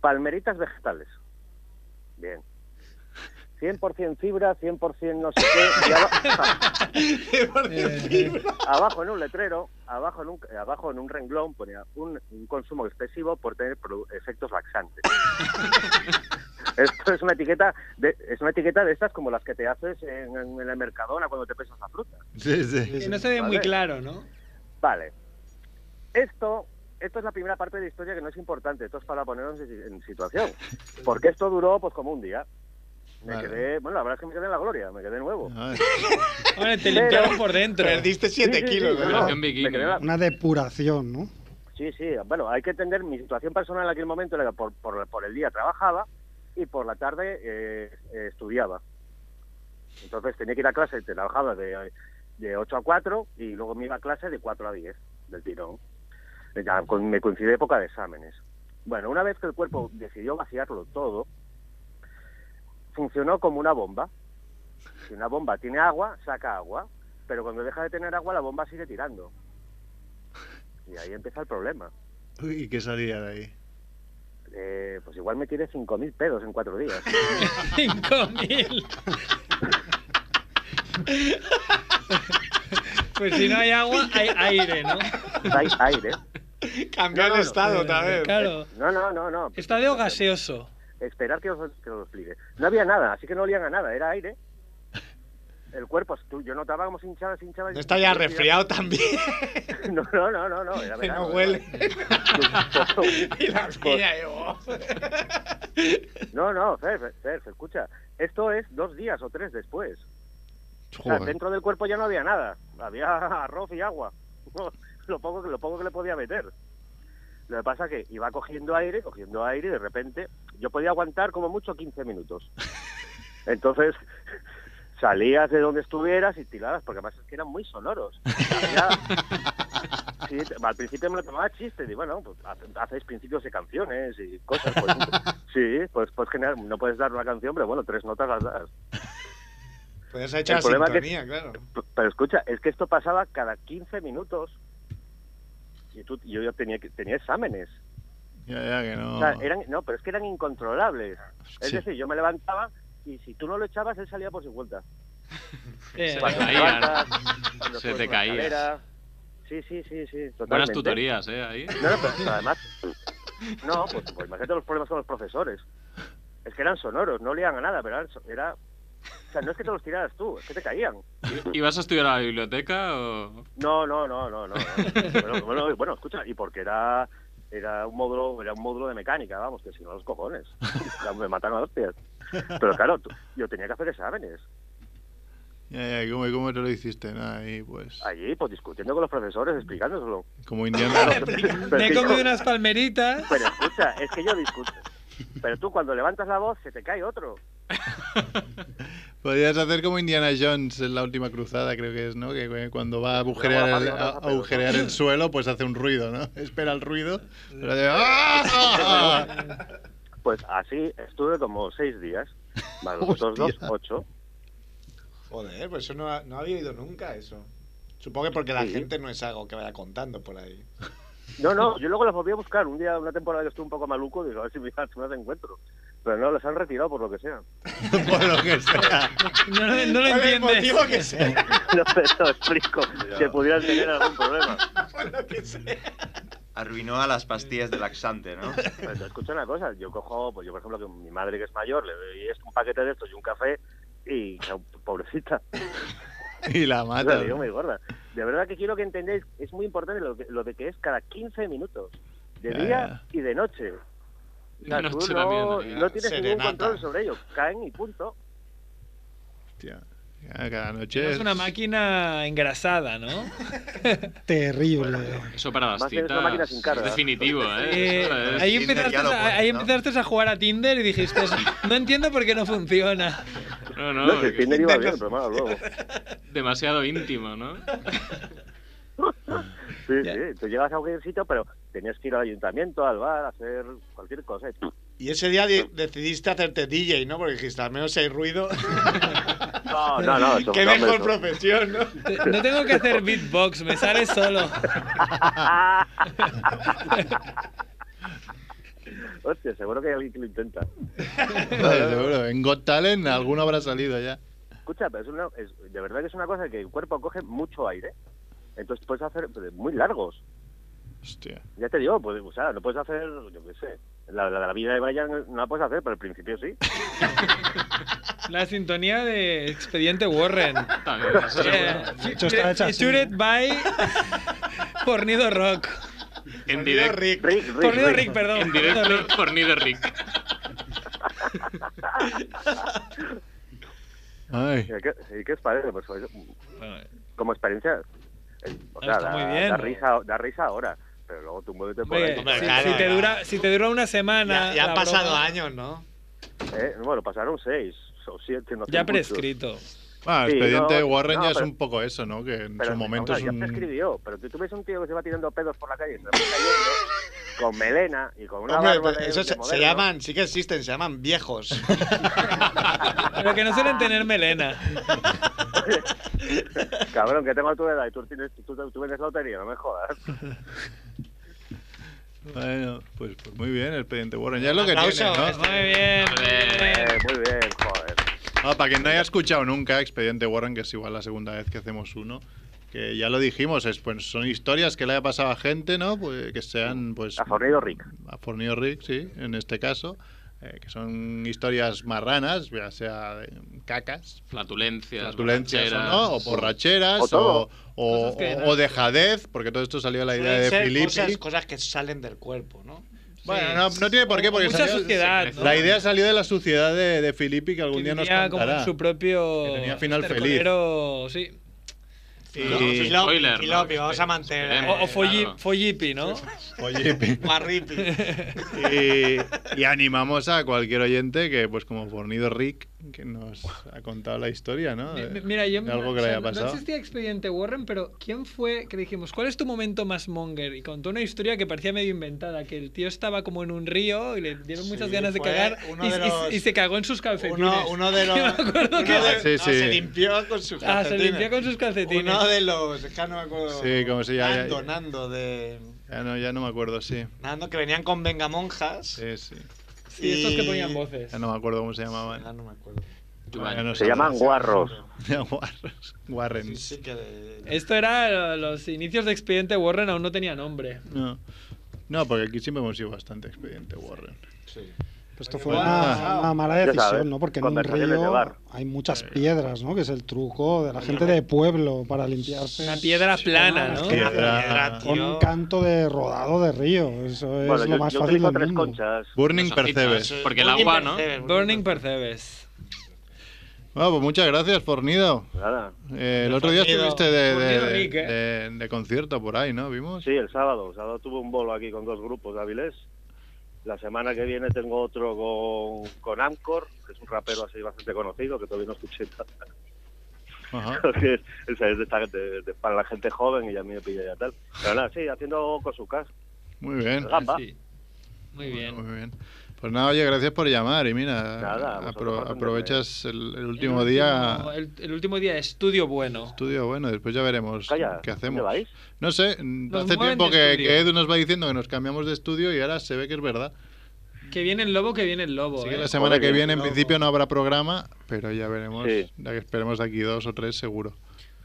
Speaker 11: palmeritas vegetales. Bien. 100% fibra, 100% no sé qué. y aba-
Speaker 3: Eh,
Speaker 11: abajo en un letrero, abajo en un, abajo en un renglón ponía un, un consumo excesivo por tener produ- efectos laxantes. Esto es una etiqueta de, es una etiqueta de estas como las que te haces en, en el Mercadona cuando te pesas la fruta.
Speaker 4: Sí, sí.
Speaker 3: Que no se ve muy
Speaker 11: Vale.
Speaker 3: claro, ¿no?
Speaker 11: Vale. Esto, esto es la primera parte de la historia que no es importante. Esto es para ponernos en en situación. Porque esto duró pues como un día. Me
Speaker 4: Vale.
Speaker 11: quedé, bueno, la verdad es que me quedé en la gloria, me quedé nuevo.
Speaker 3: Ahora te
Speaker 11: Pero-
Speaker 3: limpiaron por dentro.
Speaker 11: Perdiste Ah. siete Sí, sí, sí, kilos, ¿verdad? no, no. Me
Speaker 2: Bikini.
Speaker 11: quedé-
Speaker 6: Una depuración, ¿no?
Speaker 11: Sí, sí, bueno, hay que entender mi situación personal en aquel momento, era que por, por, por el día trabajaba y por la tarde eh, eh, estudiaba. Entonces tenía que ir a clase, trabajaba de, de 8 a 4 y luego me iba a clase de 4 a 10 del tirón. Eh, Ya con- me coincide época de exámenes. Bueno, una vez que el cuerpo decidió vaciarlo todo, funcionó como una bomba. Si una bomba tiene agua, saca agua, pero cuando deja de tener agua la bomba sigue tirando. Y ahí empieza el problema.
Speaker 4: Uy, ¿Y qué salía de ahí?
Speaker 11: Eh, pues igual me tiré 5.000 pedos en cuatro días.
Speaker 3: 5000. pues si no hay agua, hay aire, ¿no?
Speaker 11: Hay aire.
Speaker 1: <laughs> Cambió el estado otra vez.
Speaker 3: eh, Claro.
Speaker 11: No, no, no, no.
Speaker 3: Estadio gaseoso.
Speaker 11: Esperar que os, que os lo explique. No había nada, así que no olían a nada, era aire. El cuerpo, tú- yo notaba como se hinchaba, se hinchaba.
Speaker 1: No está ya resfriado también.
Speaker 11: <laughs> No, no, no, no, no. Era
Speaker 1: Que
Speaker 11: verano,
Speaker 1: no huele. <laughs> Y
Speaker 11: <laughs>
Speaker 1: la
Speaker 11: Pues-
Speaker 1: mía, yo.
Speaker 11: No, no, Fer, Fer, se escucha. Esto es dos días o tres después. O sea,
Speaker 4: Joder.
Speaker 11: dentro del cuerpo ya no había nada. Había <laughs> arroz y agua. Lo poco, que- lo poco que le podía meter. Lo que pasa es que iba cogiendo aire, cogiendo aire y de repente yo podía aguantar como mucho 15 minutos. Entonces <laughs> salías de donde estuvieras y tirabas, porque además es que eran muy sonoros. Había- Sí, te- al principio me lo tomaba chiste, y bueno, pues ha- hacéis principios de canciones y cosas. Pues, sí, pues, pues genial, no puedes dar una canción, pero bueno, tres notas las das.
Speaker 1: Podrías haber Pues hecho
Speaker 11: El
Speaker 1: la
Speaker 11: problema que-
Speaker 1: sintonía, claro.
Speaker 11: P- Pero escucha, es que esto pasaba cada 15 minutos. Y tú, yo ya tenía, que- tenía exámenes.
Speaker 4: Ya, ya que no.
Speaker 11: O sea, eran, no, pero es que eran incontrolables. Es
Speaker 4: Ah. Sí.
Speaker 11: decir, yo me levantaba y si tú no lo echabas, él salía por su cuenta.
Speaker 3: Eh,
Speaker 11: Cuando
Speaker 2: caía, ¿no?
Speaker 11: levantas, cuando
Speaker 2: Se te
Speaker 11: subes una
Speaker 2: caía.
Speaker 11: escalera. Sí, sí, sí, sí.
Speaker 2: Buenas
Speaker 11: totalmente.
Speaker 2: tutorías, ¿eh? Ahí.
Speaker 11: No, no, pero además. No, pues, pues imagínate los problemas con los profesores. Es que eran sonoros, no leían a nada, pero eran so- era. O sea, no es que te los tiraras tú, es que te caían.
Speaker 2: ¿Ibas a estudiar a la biblioteca o...?
Speaker 11: No, no, no,
Speaker 3: <laughs>
Speaker 11: no, no. no. Bueno, bueno, bueno, escucha, y porque era era un módulo, era un módulo de mecánica, vamos, que si no los cojones. Me matan a hostias. Pero claro, tú- yo tenía que hacer exámenes.
Speaker 4: Ya, ya, ¿cómo, ¿Cómo te lo hiciste? Nada, ahí pues.
Speaker 11: Allí, pues discutiendo con los profesores, explicándoselo.
Speaker 4: Como
Speaker 11: <laughs>
Speaker 4: Indiana.
Speaker 3: Me he
Speaker 11: Pero-
Speaker 3: comido unas palmeritas.
Speaker 11: Pero escucha, es que yo discuto. Pero tú cuando levantas la voz se te cae otro.
Speaker 4: Podrías hacer como Indiana Jones en la última cruzada, creo que es, ¿no? Que eh, cuando va a agujerear, el, a- agujerear el suelo, pues hace un ruido, ¿no? <laughs> Espera el ruido. pero hace- ¡Ah! <laughs>
Speaker 11: Pues así estuve como seis días, más los otros dos, ocho.
Speaker 1: Joder, pues eso no, ha- no había oído nunca eso. Supongo que porque la
Speaker 11: Sí.
Speaker 1: gente no es algo que vaya contando por ahí.
Speaker 11: No, no, yo luego los volví a buscar. Un día, una temporada que estuve un poco maluco, digo, a ver si me, si me las encuentro. Pero no, las han retirado por lo que sea.
Speaker 4: Por Pues lo que sea.
Speaker 3: No, lo- no lo
Speaker 1: Por el
Speaker 3: entiendes.
Speaker 1: motivo que sea.
Speaker 11: No te lo explico, que pudieran tener algún problema.
Speaker 1: Por lo que sea.
Speaker 7: Arruinó a las pastillas de laxante, ¿no?
Speaker 11: Pero escucha una cosa, yo cojo, pues yo por ejemplo, que mi madre que es mayor, le doy esto, un paquete de estos y un café, y claro, pobrecita.
Speaker 4: Y
Speaker 11: <laughs>
Speaker 4: la
Speaker 11: Os
Speaker 4: mata.
Speaker 11: lo digo muy gorda. De verdad que quiero que entendáis, es muy importante lo, que- lo de que es cada 15 minutos, de
Speaker 4: Ya,
Speaker 11: día y de noche. O sea,
Speaker 4: De
Speaker 11: tú
Speaker 4: noche
Speaker 11: no,
Speaker 4: también,
Speaker 11: no tienes ningún
Speaker 4: serenata.
Speaker 11: control sobre ello, caen y punto.
Speaker 4: Hostia. Ya, Cada noche.
Speaker 3: Es una máquina engrasada, ¿no?
Speaker 6: Terrible.
Speaker 2: Eso para las
Speaker 3: Va a ser una
Speaker 2: citas
Speaker 3: máquina sin carga.
Speaker 2: es definitivo, ¿eh?
Speaker 3: Eh,
Speaker 2: <laughs> Eso es-
Speaker 3: ahí, empezaste a, ahí empezaste a jugar a Tinder y dijiste, no entiendo por qué no funciona.
Speaker 2: No,
Speaker 11: No,
Speaker 2: no,
Speaker 11: que el Tinder iba bien, pero malo, luego.
Speaker 2: demasiado íntimo, ¿no?
Speaker 11: Sí, sí, tú llegas a cualquier sitio, pero tenías que ir al ayuntamiento, al bar, a hacer cualquier cosa. y ¡pum!
Speaker 1: Y ese día di- decidiste hacerte DJ, ¿no? Porque dijiste, al menos si hay ruido. <laughs>
Speaker 11: No, no, no. eso-
Speaker 1: Qué
Speaker 11: no,
Speaker 1: mejor
Speaker 11: hombre, eso-
Speaker 1: profesión, ¿no?
Speaker 3: No tengo que hacer beatbox, me sale solo.
Speaker 11: <laughs> Hostia, seguro que hay alguien que lo intenta.
Speaker 4: <laughs> Vale, seguro. En Got Talent alguno habrá salido ya.
Speaker 11: Escucha, pero es una, es- de verdad que es una cosa que el cuerpo coge mucho aire. Entonces puedes hacer pues, muy largos.
Speaker 4: Hostia.
Speaker 11: Ya te digo, pues, o sea, lo puedes hacer, yo qué sé. La, la, la vida de Brian no la puedes hacer, pero al principio
Speaker 3: <laughs>
Speaker 11: sí.
Speaker 3: La sintonía de Expediente Warren. Eh,
Speaker 2: También, eso seguro.
Speaker 6: hecho, está hecha así.
Speaker 3: Featured by Pornido Rock.
Speaker 2: En directo.
Speaker 1: Rick.
Speaker 3: Pornido Rick, perdón.
Speaker 2: En
Speaker 3: Pornido Rick.
Speaker 2: directo, fornido Rick.
Speaker 4: Ay.
Speaker 11: ¿Qué, <laughs> sí, qué os parece? Pues, eso, como experiencia, eh, o
Speaker 3: Ah,
Speaker 11: sea,
Speaker 3: está
Speaker 11: da,
Speaker 3: muy bien,
Speaker 11: da
Speaker 3: ¿no?
Speaker 11: risa, da risa ahora, pero luego tú muévete por
Speaker 3: Hombre,
Speaker 11: ahí.
Speaker 3: si, si te dura, si te dura una semana.
Speaker 11: Ya- ya han
Speaker 3: la
Speaker 11: pasado
Speaker 3: broma,
Speaker 11: años,
Speaker 1: ¿no?
Speaker 11: Eh, bueno, pasaron seis o siete, no sé
Speaker 3: Ya
Speaker 11: mucho.
Speaker 3: prescrito.
Speaker 4: Bueno,
Speaker 11: Sí,
Speaker 4: Ah, expediente
Speaker 11: no,
Speaker 4: Warren
Speaker 11: no,
Speaker 4: ya
Speaker 11: pero-
Speaker 4: es un poco eso, ¿no? Que en
Speaker 11: Pero,
Speaker 4: su momento
Speaker 11: o sea,
Speaker 4: es
Speaker 11: ya
Speaker 4: un.
Speaker 11: prescribió, pero tú, tú ves un tío que se va tirando pedos por la calle, se va cayendo, con melena y con una
Speaker 1: Hombre,
Speaker 11: barba de-
Speaker 1: eso
Speaker 11: de
Speaker 1: se, se
Speaker 11: modelo.
Speaker 1: llaman, sí que existen, se
Speaker 3: <laughs>
Speaker 1: llaman viejos.
Speaker 3: Pero que no suelen tener melena.
Speaker 11: Cabrón, que tengo tu edad y tú, tienes, tú, tú vendes lotería, no me jodas.
Speaker 4: Bueno, pues, pues muy bien, expediente Warren. Ya es lo que tiene,
Speaker 11: Aplauso,
Speaker 4: ¿no?
Speaker 3: Muy bien.
Speaker 11: Eh, muy bien, joder.
Speaker 4: Ah, para quien no haya escuchado nunca Expediente Warren, que es igual la segunda vez que hacemos uno, que ya lo dijimos, es, pues, son historias que le haya pasado a gente, ¿no? Pues, que sean, pues...
Speaker 11: A Fornido Rick.
Speaker 4: A Fornido Rick, sí, en este caso. eh, que son historias marranas, ya sea de cacas,
Speaker 2: Flatulencias,
Speaker 4: flatulencias o
Speaker 2: borracheras.
Speaker 4: no, o borracheras,
Speaker 2: O todo.
Speaker 4: o, o-
Speaker 2: Cosas que
Speaker 4: o-
Speaker 2: no-
Speaker 4: o dejadez, porque todo esto salió de la idea
Speaker 1: Pueden
Speaker 4: de
Speaker 1: ser
Speaker 4: Filippi.
Speaker 1: Cosas, cosas que salen del cuerpo, ¿no?
Speaker 4: Bueno, no, no tiene por qué, porque
Speaker 1: Mucha
Speaker 4: salió-
Speaker 1: suciedad, ¿no?
Speaker 4: la idea salió de la suciedad de, de Filippi que algún día nos
Speaker 3: Vivía como
Speaker 4: contará.
Speaker 3: en su propio.
Speaker 4: Que tenía final Eh,
Speaker 3: estercolero, Sí.
Speaker 4: Y-
Speaker 1: Filopi, Filopi, vamos a mantener. eh,
Speaker 3: O, o folli- follipi, ¿no?
Speaker 4: Follipi.
Speaker 3: <laughs>
Speaker 1: Guarripi.
Speaker 4: Y, y animamos a cualquier oyente que, pues como Fornido Rick, que nos ha contado la historia, ¿no?
Speaker 3: Mi-
Speaker 4: De,
Speaker 3: Mira, yo
Speaker 4: de algo que le
Speaker 3: o sea,
Speaker 4: haya
Speaker 3: no- No
Speaker 4: pasado.
Speaker 3: existía expediente Warren, pero ¿quién fue que dijimos, ¿cuál es tu momento más monger? Y contó una historia que parecía medio inventada, que el tío estaba como en un río y le dieron muchas ganas de
Speaker 1: fue
Speaker 3: cagar
Speaker 1: uno
Speaker 3: y,
Speaker 1: de
Speaker 3: y-
Speaker 1: los-
Speaker 3: y se cagó en sus calcetines.
Speaker 1: Uno, uno de los.
Speaker 3: <laughs> Yo me acuerdo
Speaker 1: uno
Speaker 3: que-
Speaker 1: de-
Speaker 4: Sí,
Speaker 1: no,
Speaker 4: sí.
Speaker 1: Se limpió con sus
Speaker 3: Ah, se
Speaker 1: calcetines.
Speaker 3: limpió con sus calcetines.
Speaker 1: Uno de los. Es que no me acuerdo.
Speaker 4: Sí, como si ya- ya-
Speaker 1: Nando, Nando, de.
Speaker 4: Ya no, ya no me acuerdo, sí.
Speaker 1: Nando, que venían con Vengamonjas.
Speaker 4: Sí, sí.
Speaker 3: Sí, estos que ponían voces.
Speaker 4: Ya no me acuerdo cómo se llamaban.
Speaker 1: Ya no me acuerdo.
Speaker 4: Ya no
Speaker 11: Se
Speaker 4: sé.
Speaker 11: llaman guarros.
Speaker 4: <laughs> Ya, guarros. Warren.
Speaker 1: Sí, que de-
Speaker 3: Esto era los inicios de expediente Warren, aún no tenía nombre.
Speaker 4: No. No, porque aquí siempre hemos sido bastante expediente, Warren.
Speaker 1: Sí.
Speaker 6: Pues esto fue
Speaker 4: Bueno,
Speaker 6: una,
Speaker 4: ah,
Speaker 6: una mala
Speaker 4: ya
Speaker 6: decisión,
Speaker 4: sabes,
Speaker 6: ¿no? Porque en un
Speaker 4: conversaciones de
Speaker 6: río
Speaker 4: bar.
Speaker 6: hay muchas piedras, ¿no? Que es el truco de la gente de pueblo para limpiarse.
Speaker 3: Una piedra plana, ¿no?
Speaker 6: Piedra,
Speaker 4: Ah.
Speaker 6: Con un canto de rodado de río. Eso es
Speaker 11: Bueno,
Speaker 6: lo
Speaker 11: yo-
Speaker 6: más
Speaker 11: yo
Speaker 6: fácil
Speaker 11: utilizo
Speaker 6: del
Speaker 11: tres
Speaker 6: mundo.
Speaker 11: conchas.
Speaker 4: Burning Percebes.
Speaker 2: Porque el agua, ¿no?
Speaker 3: Burning Percebes.
Speaker 4: Bueno, pues muchas gracias, Fornido.
Speaker 11: Nada.
Speaker 4: Eh, el otro día
Speaker 11: Fornido.
Speaker 4: estuviste de, de-
Speaker 11: Fornido
Speaker 4: de-
Speaker 11: Rick, ¿eh?
Speaker 4: de- de concierto por ahí, ¿no? ¿Vimos?
Speaker 11: Sí, el sábado. El sábado tuve un bolo aquí con dos grupos de Avilés. La semana que viene tengo otro con, con Amcor, que es un rapero así bastante conocido, que todavía no escuché nada.
Speaker 4: Ajá.
Speaker 11: que <laughs> es, o sea, es de esta- de- de- para la gente joven y a mí me pilla ya tal. Pero nada, sí, haciendo cosucas.
Speaker 4: Muy bien.
Speaker 11: Gamba.
Speaker 3: Muy bien.
Speaker 4: Muy bien. Pues nada, oye, gracias por llamar y mira,
Speaker 11: Nada, a vosotros
Speaker 4: apro-
Speaker 11: por
Speaker 4: aprovechas el, el
Speaker 3: El
Speaker 4: último día
Speaker 3: El, el último día, estudio bueno.
Speaker 4: estudio, bueno, después ya veremos
Speaker 3: Calla,
Speaker 4: qué
Speaker 3: ¿dónde
Speaker 4: hacemos.
Speaker 3: vais?
Speaker 4: No sé, mm,
Speaker 3: Nos
Speaker 4: hace
Speaker 3: mueven
Speaker 4: tiempo
Speaker 3: de
Speaker 4: que,
Speaker 3: estudio.
Speaker 4: que Edu nos va diciendo que nos cambiamos de estudio y ahora se ve que es verdad.
Speaker 3: Que viene el lobo, que viene el lobo.
Speaker 4: Así que
Speaker 3: ¿eh?
Speaker 4: la semana que viene en principio no habrá programa, pero ya veremos, ya que esperemos aquí dos o tres
Speaker 3: <laughs>
Speaker 4: seguro. <laughs>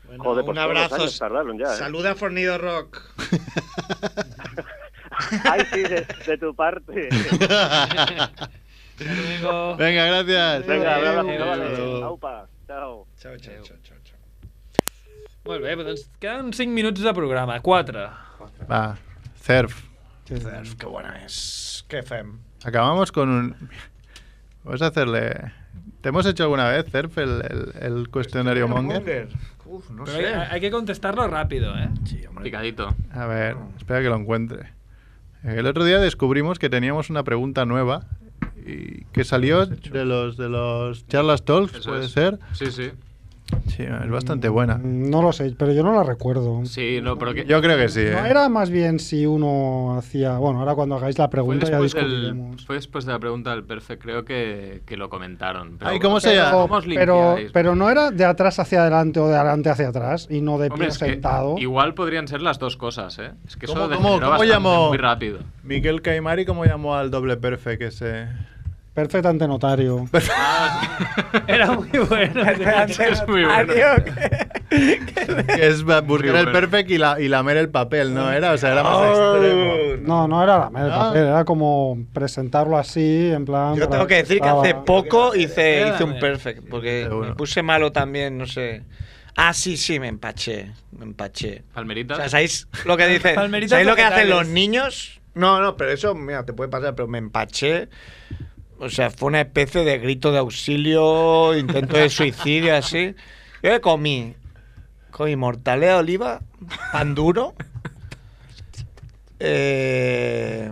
Speaker 1: Bueno,
Speaker 11: Joder, pues
Speaker 1: un
Speaker 11: todos los
Speaker 1: abrazo.
Speaker 11: años tardaron ya, ¿eh?
Speaker 1: Saluda a Fornido Rock.
Speaker 11: <laughs> Ay, sí, de, de tu
Speaker 1: <laughs>
Speaker 11: parte.
Speaker 4: Venga, gracias.
Speaker 11: Venga, un abrazo,
Speaker 4: Hasta
Speaker 11: chavales.
Speaker 4: luego.
Speaker 11: Aupa. Chao.
Speaker 1: Chao, chao, chao, chao. chao.
Speaker 3: Molt bé, doncs queden 5 minuts de programa, 4.
Speaker 4: Va, surf.
Speaker 1: Cerf, qué buena es. Qué fem.
Speaker 4: Acabamos con un... Vamos a hacerle... ¿Te hemos hecho alguna vez, Cerf, el, el- el cuestionario Monger?
Speaker 1: Uf, no
Speaker 3: Pero
Speaker 1: sé.
Speaker 3: hay, hay que contestarlo rápido, ¿eh? <laughs>
Speaker 1: Sí, hombre. <laughs>
Speaker 2: Picadito.
Speaker 4: A ver, espera que lo encuentre. El otro día descubrimos que teníamos una pregunta nueva y que salió de los de los charlas talks,
Speaker 2: Eso
Speaker 4: Pues puede
Speaker 2: es.
Speaker 4: ser.
Speaker 2: Sí, sí.
Speaker 4: Sí, es bastante buena.
Speaker 6: Mm, No lo sé, pero yo no la recuerdo.
Speaker 2: Sí, eh. no, pero que...
Speaker 4: Yo creo que sí. ¿eh?
Speaker 6: No, era más bien si uno hacía. Bueno, ahora cuando hagáis la
Speaker 2: Fue
Speaker 6: pregunta ya
Speaker 2: después,
Speaker 6: discutiremos.
Speaker 2: del- fue después de la pregunta del Perfect, creo que, que lo comentaron. Pero,
Speaker 4: Ay, ¿cómo se llama?
Speaker 2: ¿Cómo os
Speaker 6: Pero,
Speaker 2: limpiáis?
Speaker 6: pero no era de atrás hacia adelante o de adelante hacia atrás y no de pie
Speaker 2: Hombre, es que ah,
Speaker 6: sentado.
Speaker 2: igual podrían ser las dos cosas, ¿eh? Es que
Speaker 4: ¿Cómo-
Speaker 2: eso
Speaker 4: cómo-
Speaker 2: degeneró
Speaker 4: cómo
Speaker 2: bastante,
Speaker 4: llamó?
Speaker 2: muy rápido.
Speaker 4: Miguel Caimari, ¿cómo llamó al doble perfect ese?
Speaker 6: Perfectamente
Speaker 2: <laughs>
Speaker 6: notario.
Speaker 3: Era muy bueno.
Speaker 2: es muy bueno.
Speaker 4: Que es va- buscar el
Speaker 2: bueno.
Speaker 4: perfect y, la, y lamer el papel, ¿no? Era, o sea, era más extremo.
Speaker 6: No, no era la media
Speaker 4: Ah.
Speaker 6: papel, era como presentarlo así, en plan.
Speaker 1: Yo
Speaker 6: para
Speaker 1: tengo que decir que hace
Speaker 6: estaba-
Speaker 1: poco hice,
Speaker 3: Espérame.
Speaker 1: hice un perfect, porque
Speaker 4: Seguro.
Speaker 1: me puse malo también, no sé. Ah, sí, sí, me empaché, me empaché. O
Speaker 2: Palmeritas.
Speaker 1: sea, ¿sabéis lo que dicen?
Speaker 3: Palmeritas
Speaker 1: ¿Sabéis lo que hacen
Speaker 3: vegetales.
Speaker 1: los niños? No, no, pero eso, mira, te puede pasar, pero me empaché. O sea, fue una especie de grito de auxilio, intento de suicidio, así. Yo qué comí, comí mortalea de oliva, pan duro. Eh,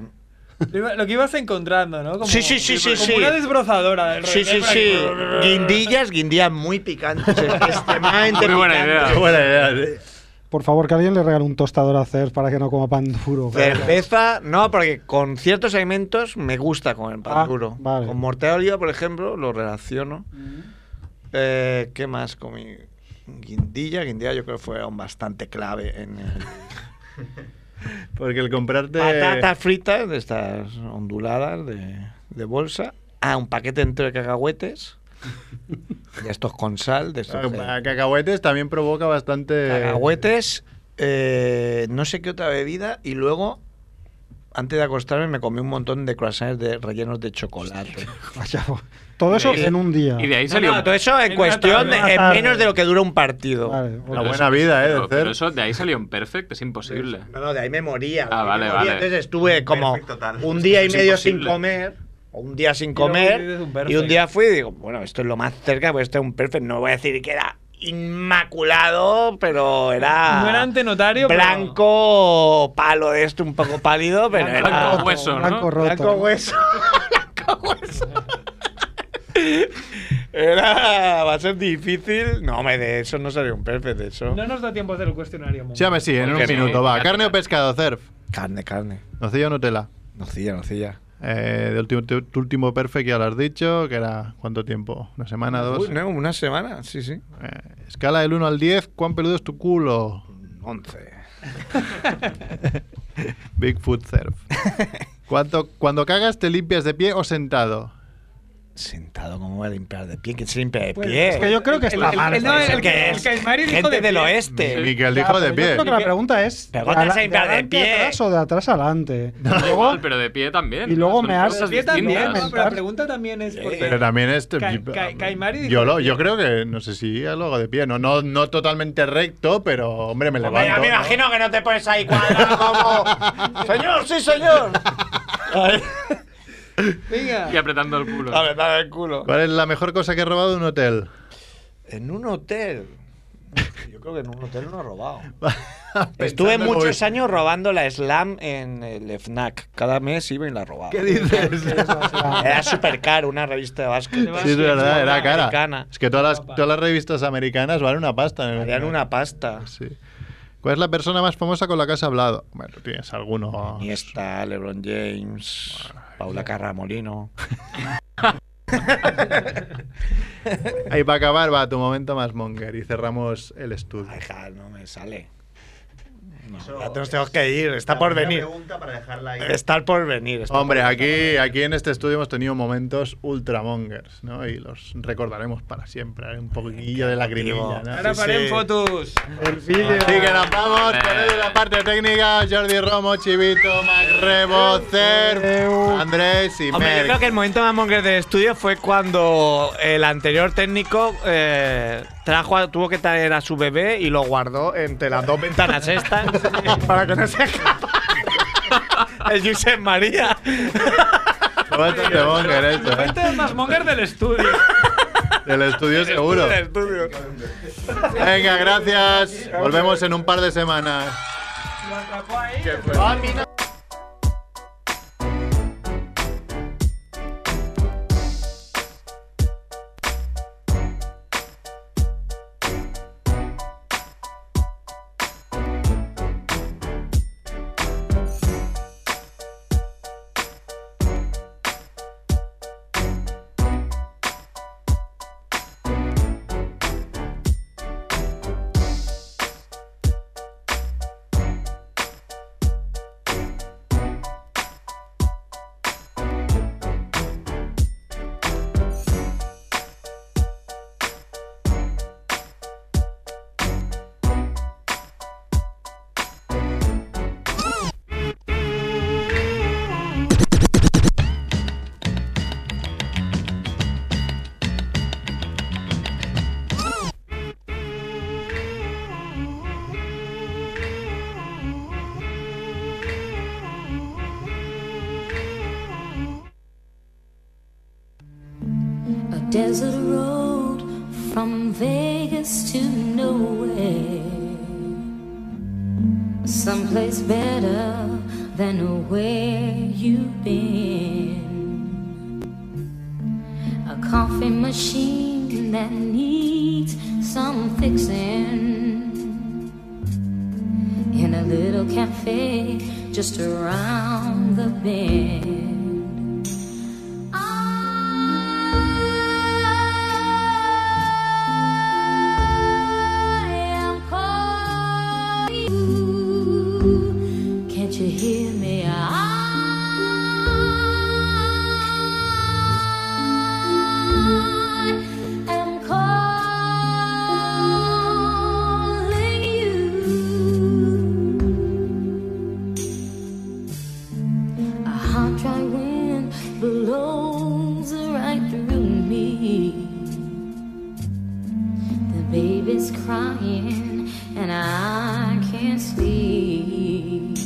Speaker 3: Lo iba- Lo que ibas encontrando, ¿no? Como,
Speaker 1: Sí, sí, sí, sí,
Speaker 3: Como
Speaker 1: sí.
Speaker 3: una desbrozadora. del
Speaker 1: Sí,
Speaker 3: rollo, ¿eh?
Speaker 1: sí,
Speaker 3: por aquí.
Speaker 1: sí. Guindillas, guindillas
Speaker 3: <laughs>
Speaker 1: muy picantes. extremadamente
Speaker 2: Ah, Muy buena
Speaker 1: picantes.
Speaker 2: idea.
Speaker 4: Qué buena idea, sí.
Speaker 6: Por favor, que alguien le regale un tostador a hacer para que no coma pan duro.
Speaker 1: Cerveza, no, porque con ciertos alimentos me gusta comer pan
Speaker 6: Ah,
Speaker 1: duro.
Speaker 6: vale. Mm.
Speaker 1: Con mortadela de oliva, por ejemplo, lo relaciono. Eh, ¿Qué más comí? Guindilla, guindilla yo creo que fue aún bastante clave en
Speaker 6: <laughs>
Speaker 1: el-
Speaker 4: Porque el comprarte.
Speaker 1: Patatas fritas de estas onduladas de, de bolsa. Ah, un paquete entero de
Speaker 6: <laughs>
Speaker 1: cacahuetes. de estos con sal, de
Speaker 6: Ah,
Speaker 1: estos... que-
Speaker 4: a Ah, Cacahuetes también provoca bastante.
Speaker 1: Cagagüetes, eh, no sé qué otra bebida y luego, antes de acostarme, me comí un montón de croissants de rellenos de chocolate.
Speaker 6: <laughs> Vaya, pues, Todo eso
Speaker 2: Y-
Speaker 6: en un día.
Speaker 2: Y de ahí
Speaker 1: No,
Speaker 2: salió.
Speaker 1: no, <laughs> todo eso en
Speaker 3: En
Speaker 1: cuestión,
Speaker 3: una
Speaker 1: de-
Speaker 3: tarde.
Speaker 1: en menos de lo que dura un partido.
Speaker 6: Vale, ok.
Speaker 4: La buena vida, ¿eh?
Speaker 2: pero,
Speaker 4: De Cer.
Speaker 2: pero eso de ahí salió un perfect, es imposible.
Speaker 1: No, no, de ahí me moría.
Speaker 2: Ah,
Speaker 1: de ahí me
Speaker 2: vale,
Speaker 1: moría.
Speaker 2: vale.
Speaker 1: Entonces estuve como
Speaker 7: Perfecto, tal.
Speaker 1: un día y
Speaker 2: Es
Speaker 1: medio sin
Speaker 2: imposible.
Speaker 1: comer. o Un día sin
Speaker 3: luego
Speaker 1: comer.
Speaker 3: dices un
Speaker 1: Y un
Speaker 3: perfect.
Speaker 1: día fui y digo, bueno, esto es lo más cerca, pues este es un perfect. No voy a decir que era inmaculado, pero era.
Speaker 3: No era ante notario, pero-
Speaker 1: Ah, Blanco palo de este, un poco pálido, pero
Speaker 2: Blanco
Speaker 1: era.
Speaker 2: hueso. ¿no?
Speaker 6: Ah, Blanco roto.
Speaker 1: Blanco hueso. Blanco hueso. Era. Va a ser difícil. No, hombre, de eso no salió un perfect, de eso.
Speaker 3: No nos da tiempo a hacer el cuestionario. Mon.
Speaker 4: Sí, a ver, sí, en un
Speaker 2: Porque sí.
Speaker 4: minuto, va. Carne o pescado, Cerf.
Speaker 1: Carne, carne.
Speaker 4: Nocilla o Nutella.
Speaker 1: Nocilla, nocilla.
Speaker 4: Eh, de último, tu, tu último perfect ya lo has dicho, que era ¿cuánto tiempo? ¿Una semana, dos?
Speaker 1: Uy, no, una semana, sí, sí.
Speaker 4: Eh, escala del 1 al 10, ¿cuán peludo es tu culo?
Speaker 1: 11.
Speaker 4: Bigfoot
Speaker 6: <laughs>
Speaker 4: Surf. ¿Cuánto, cuando cagas, te limpias de pie o sentado?
Speaker 1: Sentado, ¿cómo voy a limpiar de pie? ¿Quién se limpia de pie?
Speaker 3: Pues,
Speaker 6: Es que yo creo que
Speaker 3: El-
Speaker 6: está
Speaker 3: el-
Speaker 6: mal.
Speaker 3: el- no,
Speaker 6: ¿eh?
Speaker 3: el-
Speaker 1: ¿Eso qué
Speaker 3: el
Speaker 1: es?
Speaker 3: Caimari dijo
Speaker 1: Gente
Speaker 3: de
Speaker 1: del
Speaker 3: pie.
Speaker 1: oeste.
Speaker 4: Eh, Miquel dijo de
Speaker 6: Yo
Speaker 4: pie.
Speaker 6: creo que la pregunta es.
Speaker 1: Pero ¿cómo te vas a
Speaker 6: ala-
Speaker 1: limpiar de
Speaker 6: adelante
Speaker 1: pie?
Speaker 6: atrás o de atrás adelante? Y luego-
Speaker 2: Igual, pero de pie también.
Speaker 6: y luego
Speaker 2: Son
Speaker 6: mear
Speaker 2: cosas
Speaker 6: de
Speaker 3: Pie también,
Speaker 2: distintas.
Speaker 3: ¿no? pero la pregunta también es porque
Speaker 4: Pero también este.
Speaker 3: Ca-
Speaker 4: yo-
Speaker 3: ca- Caimari dijo
Speaker 4: yo, lo,
Speaker 3: de
Speaker 4: yo
Speaker 3: pie.
Speaker 4: creo que, no sé si ya lo hago de pie. No, no, no totalmente recto, pero hombre, me
Speaker 1: Hombre,
Speaker 4: levanto.
Speaker 1: ya me
Speaker 4: ¿no?
Speaker 1: imagino que no te pones ahí cuadrado <laughs> como. ¡Señor, sí, <laughs> señor!
Speaker 3: Venga.
Speaker 2: Y apretando el culo.
Speaker 1: La verdad el culo.
Speaker 4: ¿Cuál es la mejor cosa que he robado de un hotel? <laughs>
Speaker 1: En un hotel. Yo creo que en un hotel no he robado. Estuve
Speaker 4: Pensando como-
Speaker 1: muchos años robando la slam en el FNAC. Cada mes iba y la robaba.
Speaker 4: ¿Qué dices?
Speaker 1: Era súper caro, una revista de básquet.
Speaker 4: Sí, es verdad, era cara.
Speaker 1: Americana.
Speaker 4: Es que todas las, todas las revistas americanas valen una pasta. En el
Speaker 1: Harían
Speaker 4: mercado.
Speaker 1: una pasta.
Speaker 4: Sí. ¿Cuál es la persona más famosa con la que has hablado? Bueno, tú tienes alguno.
Speaker 1: Y está LeBron James, Paula Carramolino.
Speaker 4: Ahí para acabar, va, tu momento más monger. Y cerramos el estudio.
Speaker 1: Ay, ja, no me sale. No,
Speaker 7: Eso
Speaker 1: ya nos
Speaker 7: es
Speaker 1: tenemos que ir, está por
Speaker 7: Una
Speaker 1: venir.
Speaker 7: pregunta para dejarla ahí.
Speaker 1: Está por venir. está
Speaker 4: Hombre,
Speaker 1: por-
Speaker 4: aquí, aquí en este estudio hemos tenido momentos ultramongers, ¿no? Y los recordaremos para siempre. ¿eh? Un poquillo de lagrimilla, ¿no?
Speaker 3: Ahora
Speaker 1: Sí,
Speaker 3: paren
Speaker 1: sí.
Speaker 3: fotos.
Speaker 4: Así que nos vamos con él de la parte técnica. Jordi Romo, Chivito, Mac Rebo, Cerf, Andrés y
Speaker 1: Hombre, yo creo
Speaker 4: Merck.
Speaker 1: que el momento más monger del estudio fue cuando el anterior técnico eh, Trajo a- tuvo que traer a su bebé y lo guardó entre las dos ventanas estas para que no se escapara. <laughs> El Josep María.
Speaker 4: Bastante monger esto, eh.
Speaker 3: Este es más monger del estudio.
Speaker 4: Del estudio
Speaker 1: <laughs>
Speaker 4: seguro.
Speaker 1: Del estudio.
Speaker 4: Venga, gracias. Volvemos en un par de semanas.
Speaker 12: a desert road from Vegas to nowhere. Someplace better than where you've been. A coffee machine that needs some fixing. In a little cafe just around the bend. am calling you. Can't you hear me? I am calling you. A hot, dry wind blows right through me. The baby's crying and I can't sleep.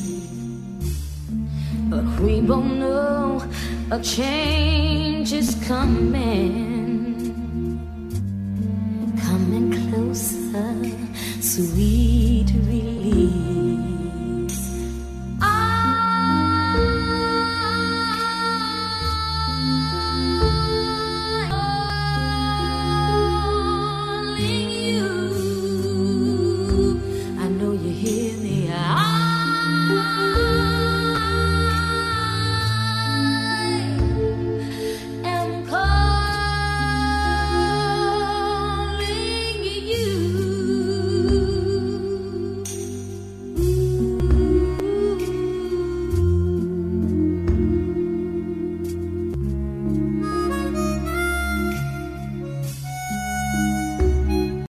Speaker 12: But we both know a change is coming. Coming closer, sweet relief.